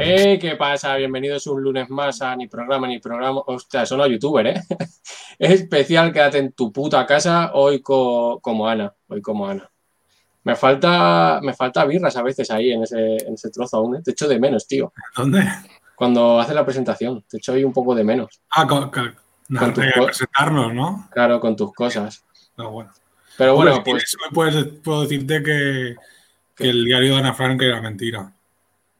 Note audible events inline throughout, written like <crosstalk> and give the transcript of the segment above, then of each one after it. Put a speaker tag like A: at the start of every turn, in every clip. A: Hey, Eh, ¿qué pasa? Bienvenidos un lunes más a Ni Programa Ni Programa. Ostras, son los youtubers, ¿eh? <laughs> Especial, quédate en tu puta casa hoy co- como Ana. Hoy como Ana. Me falta, me falta birras a veces ahí en ese, en ese trozo aún. ¿eh? Te echo de menos, tío.
B: ¿Dónde?
A: Cuando haces la presentación, te echo ahí un poco de menos.
B: Ah, con, con- no,
A: Con tu
B: de
A: co-
B: presentarnos, ¿no?
A: Claro, con tus cosas.
B: No, bueno.
A: Pero
B: Hombre,
A: bueno,
B: si
A: pues
B: quieres, puedes- puedo decirte que, que el diario de Ana Frank era mentira.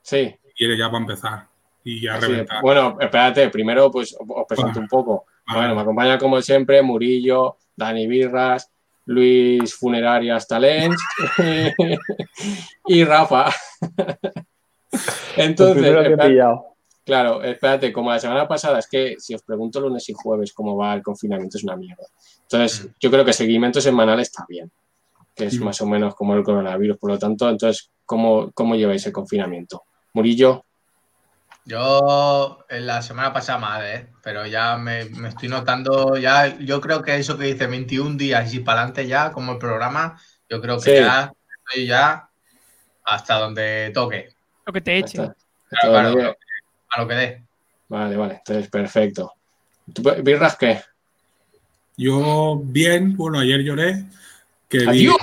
A: sí.
B: Quiere ya para empezar y ya
A: así de-
B: reventar.
A: bueno, espérate, primero pues os presento un poco.
B: Vale.
A: Ah, Bueno, me acompaña como siempre Murillo, Dani Birras, Luis Funerarias Talents <laughs>
C: <laughs>
A: y Rafa. Entonces,
C: el primero que he
A: espera-
C: pillado.
A: claro, espérate, como la semana pasada, es que si os pregunto lunes y jueves cómo va el confinamiento es una mierda.
C: Mm.
A: Entonces, yo creo que seguimiento semanal está bien, que es
B: Mm.
A: más o menos como el coronavirus, por lo tanto, entonces, ¿cómo, cómo lleváis el confinamiento? Murillo,
D: Yo en la semana pasada mal, ¿eh? pero ya me, me estoy notando, ya yo creo que eso que dice 21 días y para adelante ya, como el programa, yo creo
A: Sí.
D: que ya estoy ya hasta donde toque,
E: Lo que te eche.
A: hasta- hasta
D: Claro,
A: donde
D: claro.
A: llegue.
D: a lo que dé.
A: Vale, vale, entonces perfecto. ¿Tú, ¿Birras qué?
B: Yo bien, bueno, ayer lloré que vi,
A: ¡Adiós!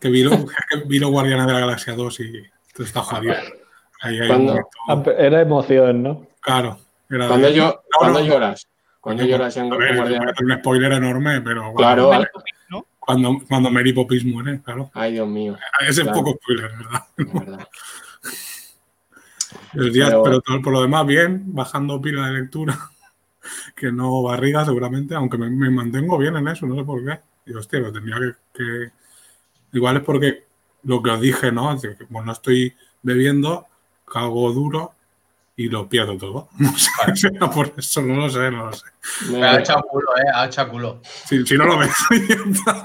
B: que vi, lo, <laughs> que vi los Guardianes de la Galaxia 2 y esto está jodido. Ahí hay un
A: ¿Cuándo?
B: momento-
C: Ah, Era emoción, ¿no?
B: Claro. Era
A: ¿Cuándo,
B: de-
A: yo, cuándo
B: no.
A: lloras? ¿Cuándo
B: Yo-
A: lloras en
B: A ver,
A: Guardián?
B: parece un spoiler enorme, pero
A: Claro,
B: cuando,
A: vale.
B: cuando, cuando Mary Poppins muere, claro.
A: Ay, Dios mío,
B: Ese es
A: Claro.
B: poco spoiler, ¿verdad? <laughs>
A: la verdad.
B: El día,
A: Pero-
B: pero, todo por lo demás, bien, bajando pila de lectura, <laughs> que no barriga seguramente, aunque me, me mantengo bien en eso, no sé por qué. Digo, hostia, lo tenía que, que- Igual es porque lo que os dije, ¿no? Es decir, Como no estoy bebiendo, cago duro y lo pierdo todo. <laughs> No sé, será por eso, no lo sé, no lo sé.
D: Pero ha
A: Me-
D: echado culo, ¿eh? Ha echado culo.
B: Si, si no lo ves,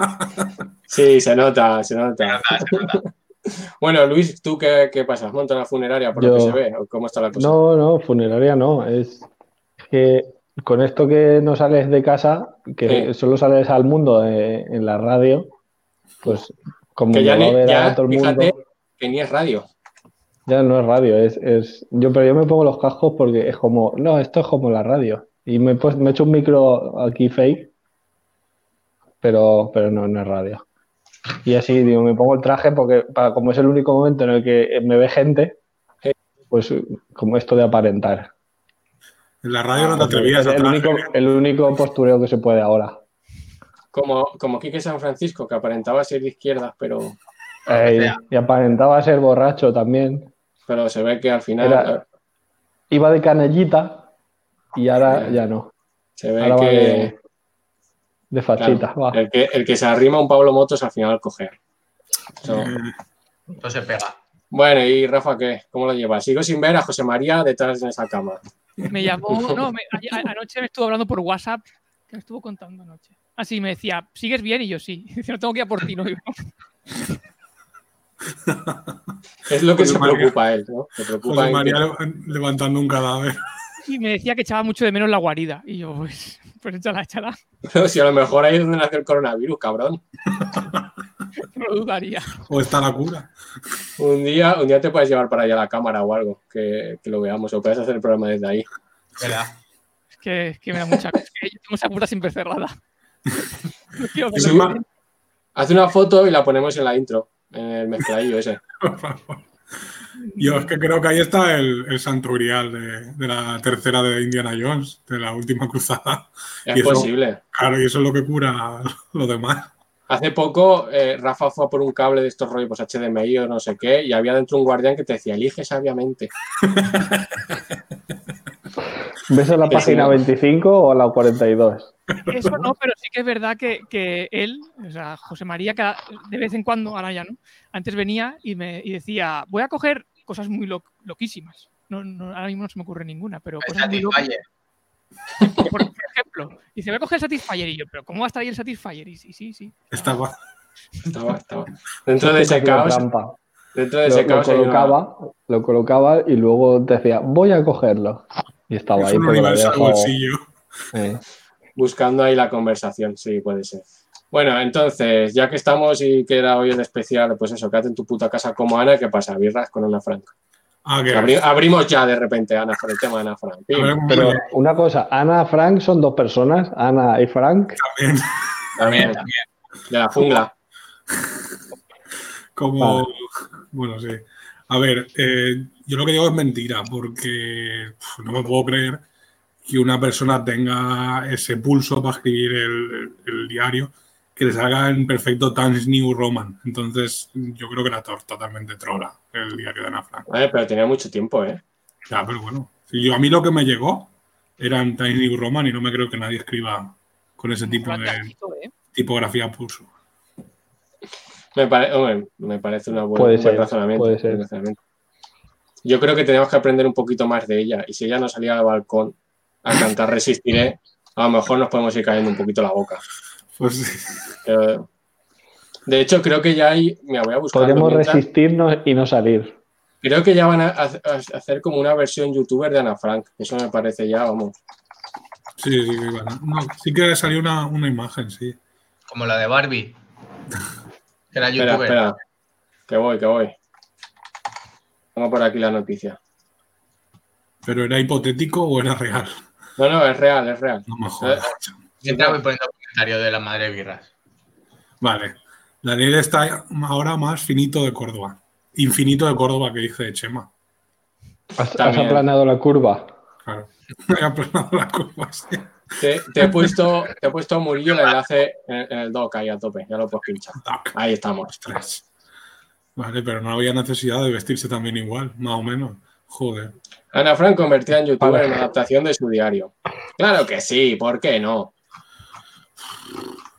B: <laughs>
A: Sí, se nota, se nota.
D: Nada, se nota.
A: <laughs> Bueno, Luis, ¿tú qué, qué pasas? ¿Monta la funeraria por lo
C: Yo-
A: que se ve? ¿O ¿Cómo está la cosa?
C: No, no, funeraria no. Es que con esto que no sales de casa, que
A: Sí.
C: solo sales al mundo eh, en la radio, pues como
A: Que ya
C: lo va a
A: ni-
C: ver
A: ya,
C: a todo el
A: fíjate.
C: mundo,
A: Que ni es radio.
C: ya no es radio, es, es yo, pero yo me pongo los cascos porque es como, no, esto es como la radio. Y me he puesto- me he hecho un micro aquí fake, pero, pero no, no es radio. Y así digo, me pongo el traje porque para, como es el único momento en el que me ve gente,
A: Sí.
C: pues como esto de aparentar.
B: en la
A: Ah,
B: radio no te
A: pues
C: Porque
B: atrevías
C: es
B: a
C: el
B: traer,
C: único,
B: ¿eh?
C: el único postureo que se puede ahora.
A: Como, como Quique San Francisco, que aparentaba ser de izquierdas, pero,
C: Eh,
D: sea.
C: y aparentaba ser borracho también.
A: pero se ve que al final
C: Era-
A: eh,
C: Iba de canellita y ahora
A: Bien.
C: ya no.
A: se ve
C: Ahora va
A: que,
C: de, de fachita.
A: claro,
C: va.
A: el que el que se arrima a un Pablo Motos al final coger. Eso-
B: Eh,
D: Entonces pega.
A: Bueno, y Rafa, ¿qué? ¿Cómo lo llevas? Sigo sin ver a José María detrás de esa cama.
E: Me llamó, no, me- a- a- anoche me estuvo hablando por WhatsApp, que me estuvo contando anoche. Así me decía, ¿sigues bien? Y yo sí. <laughs> Dice, no tengo que ir a por ti, no. Y yo,
A: Es lo que
B: José
A: se
B: María.
A: preocupa a él, ¿no? Se preocupa
B: José
A: en que-
B: María lev- levantando un cadáver. <laughs>
E: Y me decía que echaba mucho de menos la guarida. Y yo, pues, pues échala, échala. <laughs>
A: Pero <laughs> si a lo mejor ahí es donde nace el coronavirus, cabrón.
E: No lo dudaría.
B: O está la cura.
A: Un día, un día te puedes llevar para allá la cámara o algo, que, que lo veamos, o puedes hacer el programa desde ahí.
D: ¿verdad?
E: Es que, es que me da mucha. Es que yo tengo esa puerta siempre cerrada. <laughs> No quiero
B: Es
A: Sí.
E: verlo.
B: más-
A: Haz una foto y la ponemos en la intro, en el
B: <laughs>
A: mezcladillo ese.
B: Por favor. Yo es que creo que ahí está el, el santo grial de, de la tercera de Indiana Jones, de la última <laughs> cruzada.
A: Es
B: Y eso-
A: posible.
B: Claro, y eso es lo que cura lo demás.
A: Hace poco eh, Rafa fue a por un cable de estos rollos pues, HDMI o no sé qué, y había dentro un guardián que te decía, elige sabiamente.
C: ¿Ves en la
A: que si
C: página
A: no-
C: 25 o la 42?
E: Eso no, pero sí que es verdad que, que él, o sea, José María, cada- de vez en cuando, ahora ya no, antes venía y me y decía, voy a coger cosas muy loc- loquísimas. No, no, ahora mismo no se me ocurre ninguna, pero
D: El
E: cosas muy locas.
D: Satisfyer.
E: Por, por ejemplo, dice, voy a coger el Satisfyer y yo, pero ¿cómo va a estar ahí el Satisfyer? Y sí, sí, sí.
B: Estaba,
A: Estaba, estaba. Dentro de ese
C: Hacía
A: caos,
C: trampa.
A: dentro de
C: Lo,
A: ese
C: lo
A: caos hay una-
C: colocaba, lo colocaba y luego te decía, voy a cogerlo. Y estaba
B: es
C: ahí.
B: un
C: porque lo había
B: universo al
C: dejado-
B: bolsillo.
C: eh.
A: buscando ahí la conversación, sí, puede ser. Bueno, entonces, ya que estamos y que era hoy el especial, pues eso, quédate en tu puta casa como Ana, ¿qué pasa? Birras con Ana Franca.
B: Ah, que
A: Abri- abrimos ya de repente, Ana, por el tema de Ana Frank. Sí,
B: habrá un-
C: Pero una cosa, Ana, Frank son dos personas, Ana y Frank.
B: también,
A: también, de la jungla.
B: como. Bueno, sí. A ver, eh, yo lo que digo es mentira, porque uf, no me puedo creer que una persona tenga ese pulso para escribir el, el diario que le salga en perfecto Times New Roman. Entonces, yo creo que era to- totalmente trola el diario de Ana Frank.
A: Vale, pero tenía mucho tiempo, ¿eh?
B: Ya, pero bueno. Si yo, a mí lo que me llegó eran Times New Roman y no me creo que nadie escriba con ese tipo de
E: Planteadito, ¿eh?
B: tipografía pulso.
A: Me, pare- hombre, me parece una buena,
C: Puede
A: un buen
C: ser,
A: razonamiento,
C: puede ser.
A: un razonamiento. Yo creo que tenemos que aprender un poquito más de ella. Y si ella no salía al balcón a cantar Resistiré, a lo mejor nos podemos ir cayendo un poquito la boca.
B: Pues sí.
A: Eh, de hecho, creo que ya hay. Mira, voy a buscarlo
C: Podemos
A: mientras.
C: resistirnos y no salir.
A: Creo que ya van a, ha- a hacer como una versión youtuber de Ana Frank. Eso me parece ya, vamos.
B: Sí, sí, que iba, ¿no? No, sí que salió una, una imagen, sí.
D: Como la de Barbie. Que era
A: Espera,
D: youtuber.
A: espera. Que voy, que voy. Tengo por aquí la noticia.
B: Pero era hipotético o era real.
A: No, no, es real, es real.
B: No me jodas.
D: Entra voy poniendo comentario de la madre birras.
B: Vale. Daniel está ahora más finito de Córdoba. Infinito de Córdoba que dice Chema.
C: Has, has
A: También.
C: aplanado la curva.
B: Claro. <laughs> Me ha aplanado la curva, sí.
A: Te,
C: <laughs>
A: te he puesto, te he puesto Murillo el enlace en, en el doc ahí a tope. Ya lo puedes pinchar.
B: Tac.
A: Ahí estamos.
B: Ostras. Vale, pero no había necesidad de vestirse también igual, más o menos. Joder.
A: Ana Frank convertida en youtuber
C: Vale.
A: en adaptación de su diario. Claro que sí, ¿por qué no?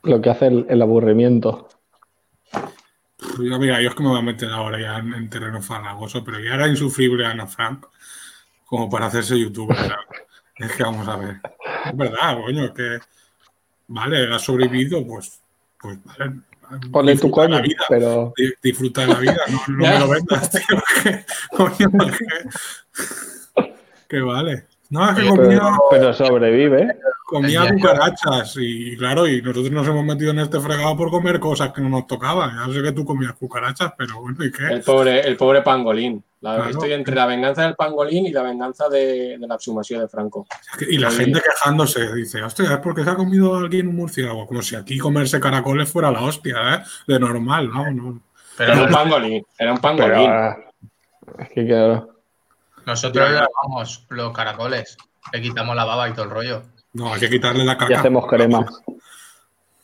C: Lo que hace el, el aburrimiento.
B: Pues Yo, mira, yo es que me voy a meter ahora ya en, en terreno farragoso, pero ya era insufrible Ana Frank como para hacerse youtuber. ¿sabes? Es que vamos a ver. Es verdad, coño, es que. Vale, ha sobrevivido, pues. Pues vale.
C: Ponle tu
B: disfruta de la
C: coño,
B: vida,
C: pero
B: di- Disfruta de la vida, no, no
C: <laughs>
B: me lo vendas, tío. <laughs> Que, coño, es que- que vale. No, es que
D: Oye,
B: comía,
C: pero, pero sobrevive.
B: comía
D: Ya, ya.
B: cucarachas y, claro, y nosotros nos hemos metido en este fregado por comer cosas que no nos tocaban. Ya sé que tú comías cucarachas, pero bueno, ¿y qué?
A: El pobre, el pobre pangolín. La-
B: Claro.
A: Estoy entre la venganza del pangolín y la venganza de, de la absumación de Franco.
B: Y la gente quejándose, dice, hostia, es porque se ha comido alguien un murciélago. Como si aquí comerse caracoles fuera la hostia, ¿eh? De normal, no, no.
D: Pero
A: Era un pangolín, era un
C: Pero,
A: pangolín.
C: ah, es que claro.
D: nosotros le lavamos los caracoles. Le quitamos la baba y todo el rollo.
B: No, hay que quitarle la
C: Y
B: caca.
C: hacemos crema.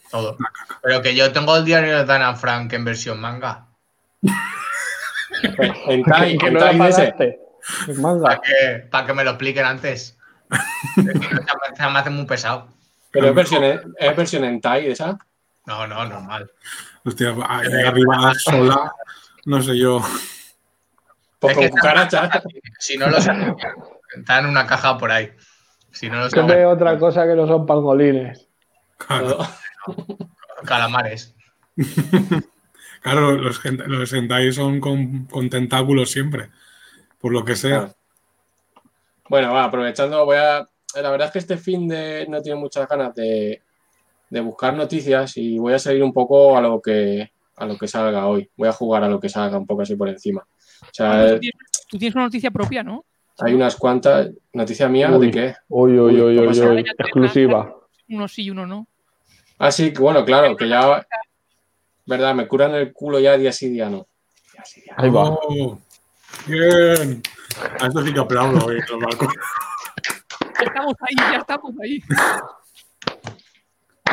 D: Todo. Pero que yo tengo el diario de Dana Frank en versión manga.
A: <laughs> En Tai,
C: ah, Que
A: en
C: no
A: Tai
C: la
A: de ese.
C: pagaste. Manga.
D: Para que, pa' que me lo expliquen antes. Es que no, se me hace muy pesado.
A: Pero es versión, en- es versión en Tai de esa.
D: No, no, normal.
B: Hostia, ahí arriba sola, no sé yo.
A: Pues
D: Es
A: con
D: que-
A: cucaracha.
C: <laughs>
D: Si no lo saben, está en una caja por ahí. Si no lo
C: Que
D: saben,
C: ve otra cosa que no son pangolines. <laughs>
B: Claro,
D: calamares.
B: claro, los, gent- los hentai son con, con tentáculos siempre, por lo que sea.
A: Bueno, va, aprovechando, voy a. La verdad es que este fin de no tiene muchas ganas de, de buscar noticias y voy a seguir un poco a lo que a lo que salga hoy. Voy a jugar a lo que salga un poco así por encima. O sea,
E: Tú tienes- Tú tienes una noticia propia, ¿no?
A: hay unas cuantas. ¿Noticia mía?
C: Uy.
A: ¿De qué?
C: Uy, uy, uy, uy,
A: Uy,
C: uy. Exclusiva.
E: Uno sí y uno no.
A: Así Ah, que, bueno, claro, que ya. ¿Verdad? Me curan el culo ya día sí, día no. Día sí, día no.
C: Ahí va.
B: Oh, bien. A esto sí que aplaudo, eh, los balcones.
E: Ya estamos ahí, ya estamos ahí.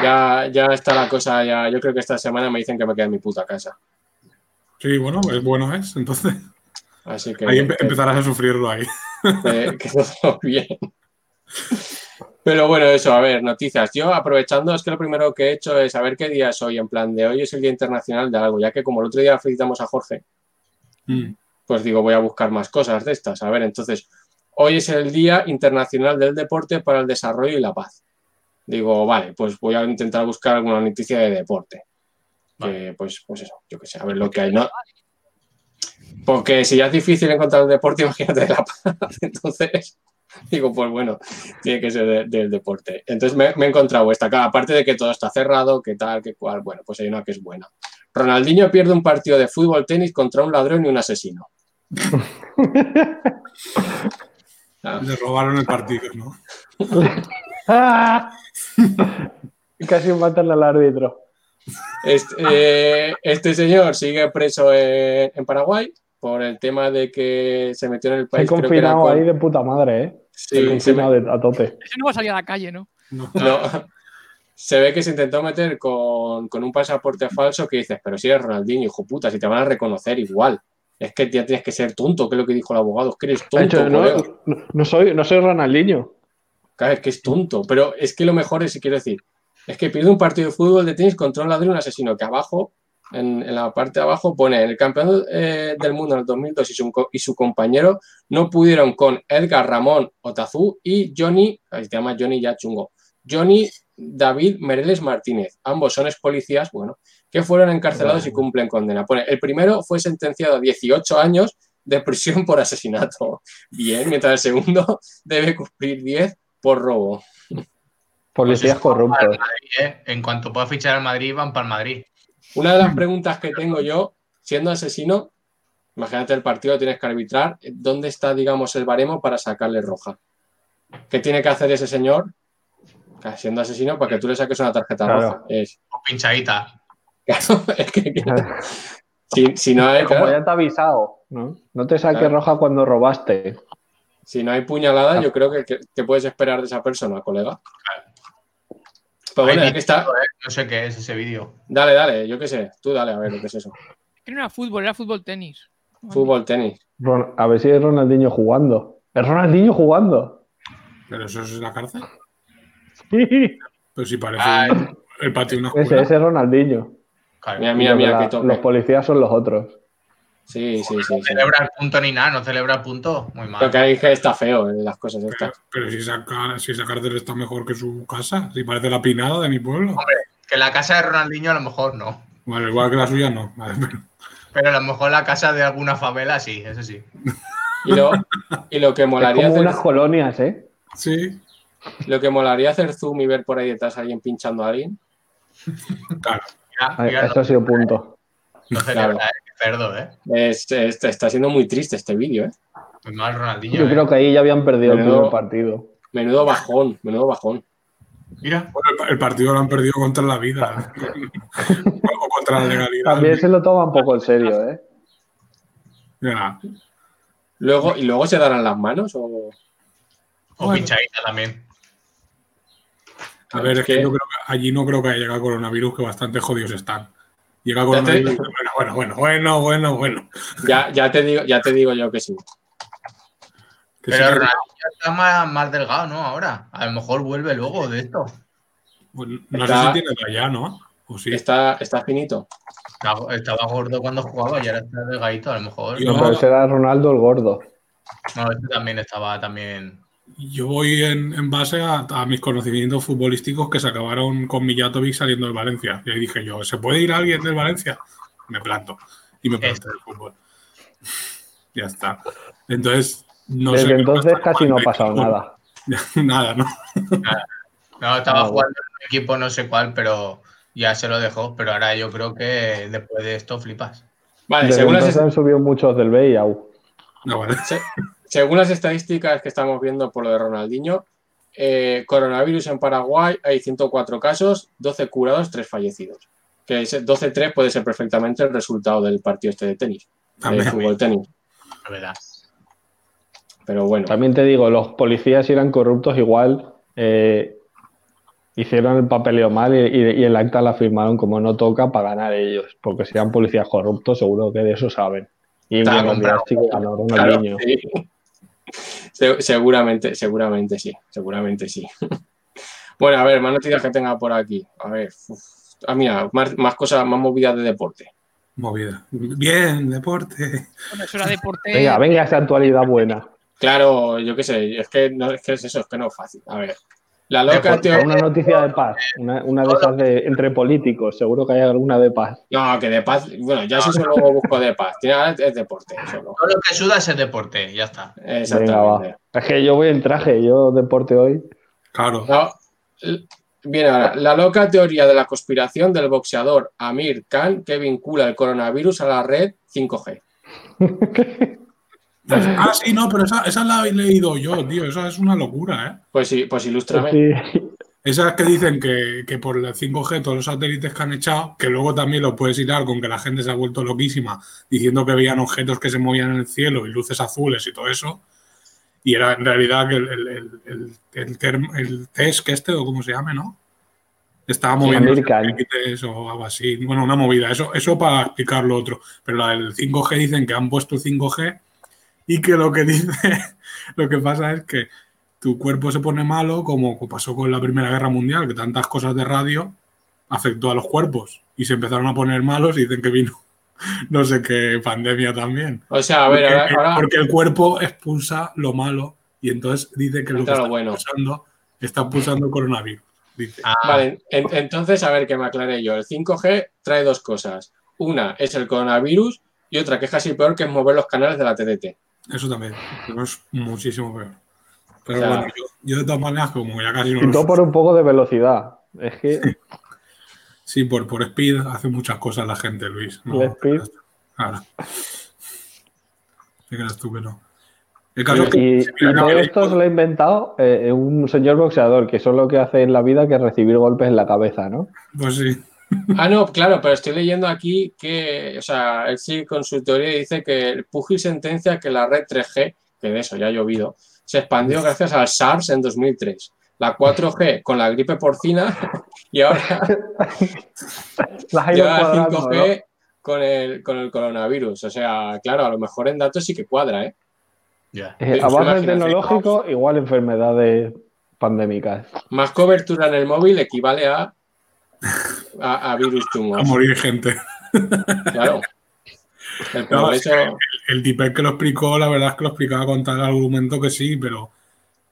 A: Ya, ya está la cosa, ya. Yo creo que esta semana me dicen que me queda en mi puta casa.
B: Sí, bueno, es bueno es, entonces.
A: Así que.
B: Ahí empe-
A: que-
B: empezarás a sufrirlo ahí.
A: que, <laughs> que todo bien. Pero bueno, eso, a ver, noticias. Yo aprovechando, es que lo primero que he hecho es saber qué día es hoy, en plan de hoy es el Día Internacional de algo, ya que como el otro día felicitamos a Jorge,
B: Mm.
A: pues digo, voy a buscar más cosas de estas. A ver, entonces, hoy es el Día Internacional del Deporte para el Desarrollo y la Paz. Digo, vale, pues voy a intentar buscar alguna noticia de deporte. Que, pues, pues eso, yo qué sé, a ver lo que hay. ¿no? Porque si ya es difícil encontrar un deporte, <laughs> imagínate de la paz. Entonces, digo, pues bueno, tiene que ser de- del deporte. Entonces me, me he encontrado esta, claro, aparte de que todo está cerrado, que tal, que cual, bueno, pues hay una que es buena. Ronaldinho pierde un partido de fútbol tenis contra un ladrón y un asesino.
B: Le robaron el partido, ¿no?
C: ¡Ah! <laughs> Casi matan al árbitro.
A: Este, eh, este señor sigue preso en, en Paraguay por el tema de que se metió en el
C: Se
A: país. Pues creo que era
C: confinado
A: con-
C: ahí de puta madre, ¿eh?
A: Sí,
C: se
A: se
C: confina
A: me-
C: de- a tope.
E: Ese no va a salir a la calle, ¿no?
B: No.
A: no. <laughs> Se ve que se intentó meter con, con un pasaporte falso que dices, pero si eres Ronaldinho, hijo puta, si te van a reconocer igual. Es que ya tienes que ser tonto, que es lo que dijo el abogado, es que eres
C: De
A: tonto,
C: hecho, no,
A: colega.
C: no- no soy, no soy Ronaldinho.
A: Claro, es que es tonto, pero es que lo mejor es, quiero decir, es que pierde un partido de fútbol de tenis contra un ladrón y un asesino, que abajo, en, en la parte de abajo, pone el campeón eh, del mundo en el 2002 y su, y su compañero no pudieron con Edgar Ramón Otazú y Johnny, ahí se llama Johnny ya chungo, Johnny David Mereles Martínez. Ambos son ex policías, bueno, que fueron encarcelados y cumplen condena. Pone, el primero fue sentenciado a 18 años de prisión por asesinato. <laughs> Bien, mientras el segundo debe cumplir 10 por robo. Pues
C: Policías corruptos.
D: ¿eh? En cuanto pueda fichar al Madrid, van para el Madrid.
A: Una de
C: Mm.
A: las preguntas que tengo yo, siendo asesino, imagínate el partido, tienes que arbitrar, ¿dónde está, digamos, el baremo para sacarle roja? ¿Qué tiene que hacer ese señor, ah, siendo asesino, para que tú le saques una tarjeta
C: Claro.
A: roja? Es, <laughs>
D: O pinchadita.
A: claro, es que,
C: <laughs>
A: que- <laughs> si, si no hay,
C: Como
A: claro,
C: ya te he avisado, ¿no? No te saques
A: Claro.
C: roja cuando robaste.
A: si no hay puñalada,
C: Ah.
A: yo creo que, que- que puedes esperar de esa persona, colega. Pero bueno,
D: Hay
A: ya que está,
D: vídeo, ¿eh? No sé qué es ese vídeo.
A: dale, dale, yo qué sé, tú dale, a ver, ¿qué es eso?
E: Es Que no era fútbol, era fútbol tenis.
A: Fútbol, tenis.
C: Ron- a ver si es Ronaldinho jugando. Es Ronaldinho jugando. <laughs>
B: Pero eso es la cárcel.
C: Sí.
B: Pero si parece
D: Ay.
B: el patio de una escuela.
C: Ese, ese es Ronaldinho.
D: Claro.
A: Mira, mira,
C: Los de
A: mira,
C: la-
A: qué toque.
C: Los Eh, policías son los otros.
A: Sí, sí, sí.
D: No
A: sí.
D: celebra el punto ni nada, no celebra el punto. Muy mal.
A: Lo que hay es que está feo eh, las cosas estas.
B: Pero, pero si, esa, ca- si esa cárcel está mejor que su casa, si parece la pinada de mi pueblo.
D: Que la casa de Ronaldinho a lo mejor no.
B: Bueno, igual que la suya no. Vale, pero-
D: Pero a lo mejor la casa de alguna favela sí, eso sí.
A: Y
B: <laughs>
A: lo, y lo que
C: Es
A: molaría
C: como
A: hacer,
C: unas colonias, ¿eh?
B: sí,
A: lo que molaría hacer zoom y ver por ahí detrás a alguien pinchando a alguien.
B: claro.
D: Mira,
C: Ay,
D: mira,
C: Esto ha sido punto.
D: no celebra,
A: claro.
D: ¿eh? Qué cerdo, ¿eh?
A: Es- es- está siendo muy triste este vídeo, ¿eh?
D: Muy mal Ronaldinho.
C: Yo
D: ¿eh?
C: creo que ahí ya habían perdido el
A: Menudo-
C: primer partido.
A: Menudo bajón, menudo bajón.
D: Mira,
B: Bueno, el, pa- el partido lo han perdido contra la
C: <laughs>
B: vida. o contra la legalidad.
C: También se lo toma un poco en serio, ¿eh?
B: Mira,
A: Luego, ¿Y luego se darán las manos? O...
D: o
B: Bueno.
D: pinchadita también.
B: a ver, es que
A: ¿Qué?
B: yo creo que allí no creo que haya llegado coronavirus, que bastante jodidos están. Llega
A: Ya te-
B: coronavirus. Bueno, bueno, bueno, bueno, bueno, bueno.
A: Ya, ya, te digo, ya te digo yo que sí.
B: Que
D: Pero
B: sí que-
D: Ronaldinho está más, más delgado, ¿no? Ahora. A lo mejor vuelve luego de esto.
B: bueno, pues, no sé si
A: Está-
B: tiene allá, ¿no? O sí.
A: Está, está finito.
D: Estaba estaba gordo cuando jugaba y ahora está delgadito, a lo mejor.
B: Yo-
C: No, pero ese era Ronaldo el gordo.
D: No, este también estaba también.
B: Yo voy en, en base a, a mis conocimientos futbolísticos que se acabaron con Mijatovic saliendo del Valencia. Y ahí dije yo, ¿se puede ir alguien del Valencia? Me planto. Y me planto del fútbol. <laughs> Ya está. Entonces, no sé
C: Desde
B: qué
C: entonces
B: pasa con
C: casi no ha
B: Madrid.
C: pasado nada.
B: <laughs> nada, ¿no?
D: No, estaba
C: Ah, bueno.
D: jugando en un equipo no sé cuál, pero ya se lo dejó. Pero ahora yo creo que después de esto flipas.
A: Vale,
C: Desde
A: según las,
C: entonces han subido muchos del B y au.
B: No, Ah, vale.
A: Se- según las estadísticas que estamos viendo por lo de Ronaldinho, eh, coronavirus en Paraguay hay 104 casos, 12 curados, 3 fallecidos. Que ese 12-3 puede ser perfectamente el resultado del partido este de tenis, de
B: También.
A: fútbol tenis.
D: La verdad.
A: Pero bueno,
C: También te digo, los policías si eran corruptos igual. eh, hicieron el papeleo mal y, y- y el acta la firmaron como no toca para ganar ellos. Porque si eran policías corruptos, seguro que de eso saben. Y
D: Está
C: bueno,
D: comprado.
C: dirás, chico, ganó
A: claro,
C: Ronaldinho.
A: sí. <laughs> Se- seguramente, seguramente sí, seguramente sí. <laughs> bueno, a ver, más noticias que tenga por aquí. A ver, uf. ah, mira, más, más cosas, más movidas de deporte.
B: Movida. Bien, deporte.
E: Bueno, eso era deporte.
C: Venga, venga esa actualidad buena.
A: Claro, yo qué sé, es que no es que es eso, es que no es fácil. A ver, la loca
D: Deporte,
A: teo-
C: Una noticia de paz. Una, una de esas de entre políticos. Seguro que hay alguna de paz.
A: No, que de paz, bueno, ya si
C: Ah.
A: solo busco de paz. Tiene ahora es deporte, solo.
D: Todo lo que suda es el deporte, ya está.
C: Venga,
A: Exactamente.
C: va. Es que yo voy en traje, yo deporte hoy.
B: Claro.
A: No, l- bien, ahora, la loca teoría de la conspiración del boxeador Amir Khan que vincula el coronavirus a la red 5G.
B: Ah, sí, no, pero esa, esa la he leído yo, tío. Esa es una locura,
A: Pues sí, pues ilústrame.
C: Sí.
B: ¿eh? Esas que dicen que, que por el 5G todos los satélites que han echado, que luego también lo puedes hilar con que la gente se ha vuelto loquísima diciendo que veían objetos que se movían en el cielo y luces azules y todo eso. Y era en realidad que el, el, el, el, el term- el test que este, o como se llame, ¿no? Estaba moviendo
C: American.
B: satélites o algo así. Bueno, una movida. Eso, eso para explicar lo otro. Pero la del 5G dicen que han puesto 5G y que lo que dice, <laughs> lo que pasa es que tu cuerpo se pone malo, como pasó con la Primera Guerra Mundial, que tantas cosas de radio afectó a los cuerpos y se empezaron a poner malos y dicen que vino <laughs> no sé qué pandemia también.
A: O sea, a ver,
B: porque,
A: ahora- ahora.
B: porque el cuerpo expulsa lo malo y entonces dice que lo que
A: Entra lo
B: está
A: bueno.
B: expulsando está expulsando coronavirus. Dice.
D: Ah,
A: Vale, en- entonces, a ver que me aclaré yo. El 5G trae dos cosas. Una es el coronavirus y otra que es casi peor que es mover los canales de la TDT.
B: Eso también, pero es muchísimo peor. Pero
A: O sea-
B: bueno, yo, yo de todas maneras, como ya casi no
C: Y
B: lo
C: todo por un poco de velocidad. Es que
B: Sí, por, por speed hace muchas cosas la gente, Luis.
C: El speed.
B: Ahora. Te creas tú que no. El caso es que
C: y,
B: si
C: y
B: mira,
C: todo
B: mira,
C: esto se lo ha inventado eh, un señor boxeador que solo que hace en la vida que es recibir golpes en la cabeza, ¿no?
B: Pues sí.
A: Ah, no, claro, pero estoy leyendo aquí que, o sea, el sí con su teoría dice que el Pugil sentencia que la red 3G, que de eso ya ha llovido, se expandió gracias al SARS en 2003. La 4G con la gripe porcina <laughs> y ahora,
B: <laughs>
C: Las ha
A: y
C: ido
A: ahora la
C: cuadrando,
A: 5G con, el, con el coronavirus. O sea, claro, a lo mejor en datos sí que cuadra, ¿eh?
D: ya.
C: ¿no? Eh,
A: su
C: Avances
A: imaginación.
C: tecnológicos, igual enfermedades pandémicas.
A: Más cobertura en el móvil equivale a, a, a virus
B: A
A: tumor.
B: morir gente.
A: Claro. El
B: <laughs> No, eh,
A: progreso.
B: El tipel que lo explicó, la verdad es que lo explicaba con tal argumento que sí, pero.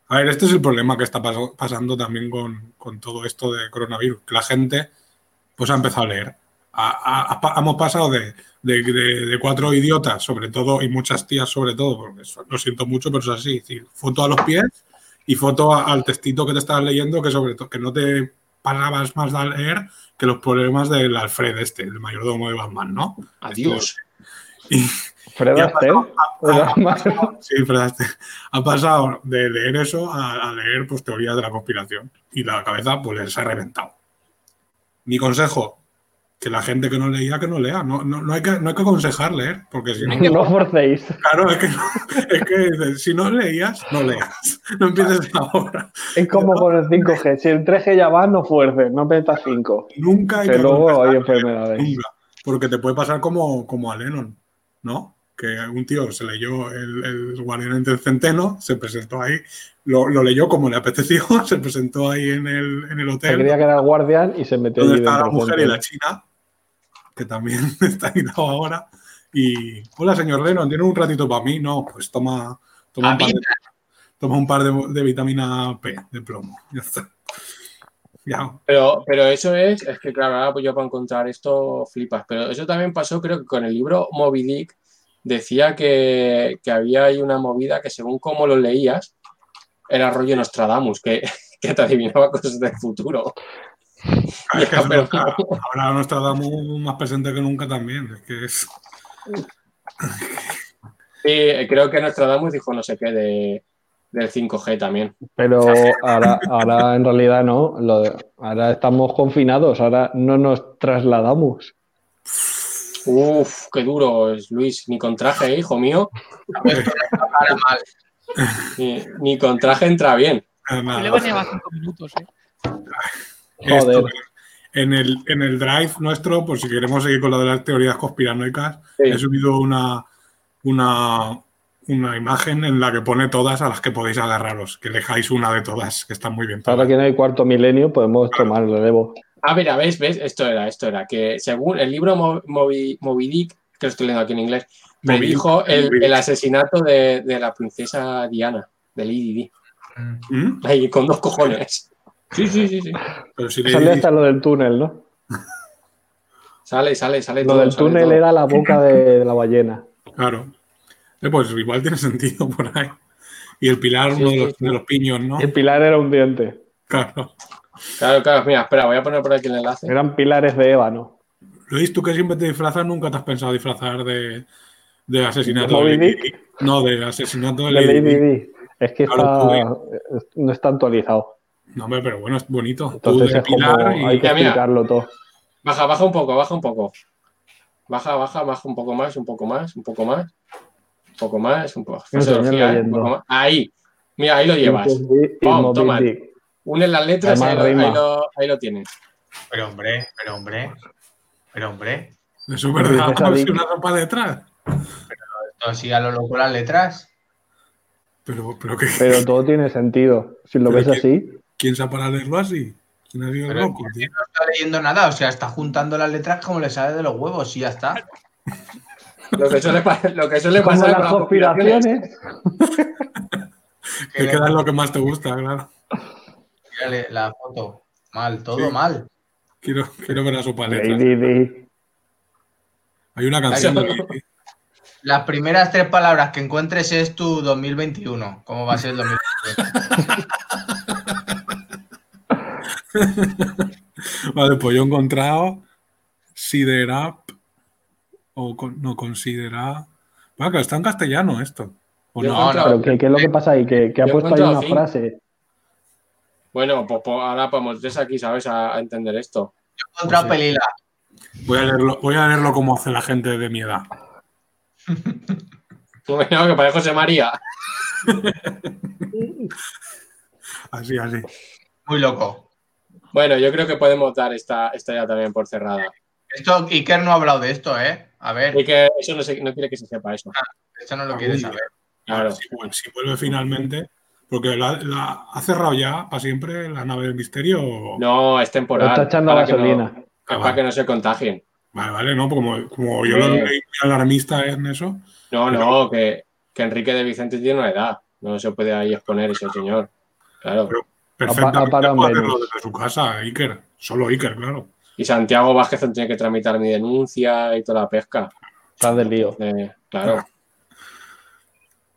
B: A ver, este es el problema que está pas- pasando también con, con todo esto de coronavirus. Que la gente, pues ha empezado a leer. Ha- ha- ha pa- hemos pasado de, de- de- de cuatro idiotas, sobre todo, y muchas tías, sobre todo, porque eso- lo siento mucho, pero es así. es decir, foto a los pies y foto a- al textito que te estabas leyendo, que sobre todo, que no te parabas más de leer que los problemas del Alfred este, el mayordomo de Batman, ¿no?
A: Adiós.
C: Fred
B: Ya
C: Astaire, era más-
B: Sí, <laughs> Fred Astaire. Ha pasado de leer eso a, a leer pues, teorías de la conspiración. Y la cabeza pues les ha reventado. Mi consejo, que la gente que no leía, que no lea. No, no, no hay, que, no hay que aconsejar leer, porque si no,
C: no forcéis.
B: claro, es que, no- <laughs> es que dices, si no leías, no leas. <laughs> No empieces ahora.
C: Es como con el 5G. Si el 3G ya va, no fuerces, no metas 5.
B: Nunca hay
C: Que luego hay
B: aconsejar
C: enfermedades.
B: Nunca, porque te puede pasar como, como a Lennon, ¿no? Que un tío se leyó el, el Guardián entre el Centeno, se presentó ahí, lo, lo leyó como le apeteció, <laughs> se presentó ahí en el, en el
C: Se
B: hotel
C: creía que era el guardián y se metió
B: donde
C: allí
B: está la
C: dentro
B: mujer y
C: siempre.
B: la china, que también <laughs> está quitado ahora. Y, hola, señor Lennon, ¿tiene un ratito para mí? No, pues toma, toma, un, par de, toma un par de, de vitamina P, de plomo. Ya está. Ya,
A: Pero, pero eso es, es que claro, ahora pues yo para encontrar esto flipas. Pero eso también pasó, creo que con el libro Moby Dick decía que, que había ahí una movida que según cómo lo leías, era rollo Nostradamus, que, <laughs> que te adivinaba cosas del futuro.
B: Ah, Es que
A: Ya,
B: eso
A: pero-
B: nunca- ahora Nostradamus más presente que nunca también. Es que es,
A: Sí, creo que Nostradamus dijo no sé qué de, del 5G también.
C: Pero ahora, ahora en realidad no. Lo de- ahora estamos confinados, ahora no nos trasladamos.
A: Uf, qué duro es Luis, ni con traje, hijo mío,
D: Ahora mal.
A: ni, ni con traje entra bien.
B: eh,
E: Yo
B: nada.
E: le baneaba cinco minutos, ¿eh?
B: Esto,
C: Joder.
B: en, el, en el drive nuestro, por si queremos seguir con lo de las teorías conspiranoicas,
A: Sí.
B: he subido una, una, una imagen en la que pone todas a las que podéis agarraros, que dejáis una de todas, que está muy bien.
C: Ahora que no hay cuarto milenio, podemos tomar el relevo.
A: Ah, mira, ves, ves, esto era, esto era, que según el libro Mo- Moby, Moby Dick, que lo estoy leyendo aquí en inglés, predijo
B: Moby
A: el,
B: Dick.
A: el asesinato de, de la princesa Diana, de Lady Di.
D: Mm.
B: ¿Mm?
A: Ahí, con dos cojones. Sí, sí, sí, sí.
B: Pero si le
C: Sale
B: dices-
C: hasta lo del túnel, ¿no?
A: Sale, sale, sale.
C: Lo
A: todo,
C: del
A: sale
C: túnel
A: todo.
C: era la boca de, de la ballena.
B: Claro. Eh, pues igual tiene sentido por ahí. Y el pilar,
A: Sí,
B: uno de
A: sí,
B: los,
A: sí. Eh,
B: de los piños, ¿no?
C: El pilar era un diente.
B: Claro.
A: Claro, claro, mira, espera, voy a poner por aquí el enlace.
C: Eran pilares de ébano.
B: Luis, tú que siempre te disfrazas, nunca te has pensado disfrazar de, De asesinato
C: Moby
B: de Lady
C: Dick.
B: Di. No, de asesinato de
C: La
B: Lady Di.
C: Lady Di. Es que
B: Claro,
C: está- no está actualizado.
B: No, hombre, pero bueno, es bonito.
C: Entonces
B: Tú de
C: es como
B: Pilar y-
C: hay que
A: Mira, mira.
C: explicarlo todo.
A: Baja, baja un poco, baja un poco. Baja, baja, baja un poco más, un poco más, un poco más, un poco más, un poco,
C: Lo estoy
A: Fisiología,
C: leyendo.
A: un poco más. Ahí, mira, ahí lo llevas.
C: Moby Dick y
A: Pum,
C: Moby
A: toma.
C: Dick.
A: Une las letras, ahí
C: Además,
A: lo, ahí
C: rima.
A: lo- ahí lo tienes.
D: Pero hombre, pero hombre, pero hombre.
B: Eso es verdad,
C: Esa
B: a ver
C: Dick.
B: si una ropa detrás.
D: Esto así a lo loco las letras.
B: Pero, pero que,
C: Pero todo tiene sentido. Si lo
B: Pero
C: ves
B: que-
C: así,
B: <laughs> ¿quién se ha parado a leerlo así? ¿Quién ha sido el
D: Pero-
B: loco? tío?
D: No está leyendo nada, o sea, está juntando las letras como le sale de los huevos y ya está.
A: Lo que suele, pa- lo que suele
C: como
A: pasar con
C: las
A: las conspiraciones.
C: conspiraciones,
B: Te
D: Que
B: quedas lo que más te gusta, claro.
D: le- la foto. Mal, todo
B: Sí.
D: mal.
B: Quiero, quiero ver a su paleta.
C: Lady Di.
B: Hay una canción de
A: Eso.
B: Lady Di.
D: Las primeras tres palabras que encuentres es tu 2021. ¿Cómo va a ser
B: <laughs>
D: el 2021?
B: Vale, pues yo he encontrado Sidera o con- no considera. Va, que está en castellano esto. ¿O
A: Yo
B: no?
A: he encontrado-
C: Pero ¿qué, qué es lo que pasa ahí? Que, que ha
A: Yo he
C: puesto ahí una
A: encontrado
C: frase.
A: Bueno, pues, pues ahora podemos desde aquí, ¿sabes? A, a entender esto. <laughs>
B: Pues
D: Contra Pelila.
B: Voy a leerlo, voy a leerlo como hace la gente de mi edad.
A: Bueno, que para José María.
B: Así, así.
D: Muy loco.
A: Bueno, yo creo que podemos dar esta, esta ya también por cerrada.
D: Esto, Iker no ha hablado de esto, ¿eh? A ver,
A: Y que eso no, se- no quiere que se sepa eso.
B: Ah.
D: esto no lo quiere
B: Uy.
D: saber.
A: Claro.
B: Si, vuel- si vuelve finalmente. Porque la, la- ha cerrado ya para siempre la nave del misterio. o-
A: No, es
C: Lo
A: temporal.
C: está echando
A: para que no-
C: gasolina.
B: Ah,
A: para que
B: vale.
A: no se contagien.
B: vale, vale, no, como, como yo lo
A: Hombre.
B: leí muy alarmista en eso.
A: No, no, que, que Enrique de Vicente tiene una edad. No se puede ahí exponer ese señor. Claro.
B: Perfectamente.
C: ha parado en
B: puede hacerlo
C: Venus.
B: desde su casa, Iker. Solo Iker, claro.
A: Y Santiago Vázquez tiene que tramitar mi denuncia y toda la pesca.
C: Estás del lío.
A: Eh, claro.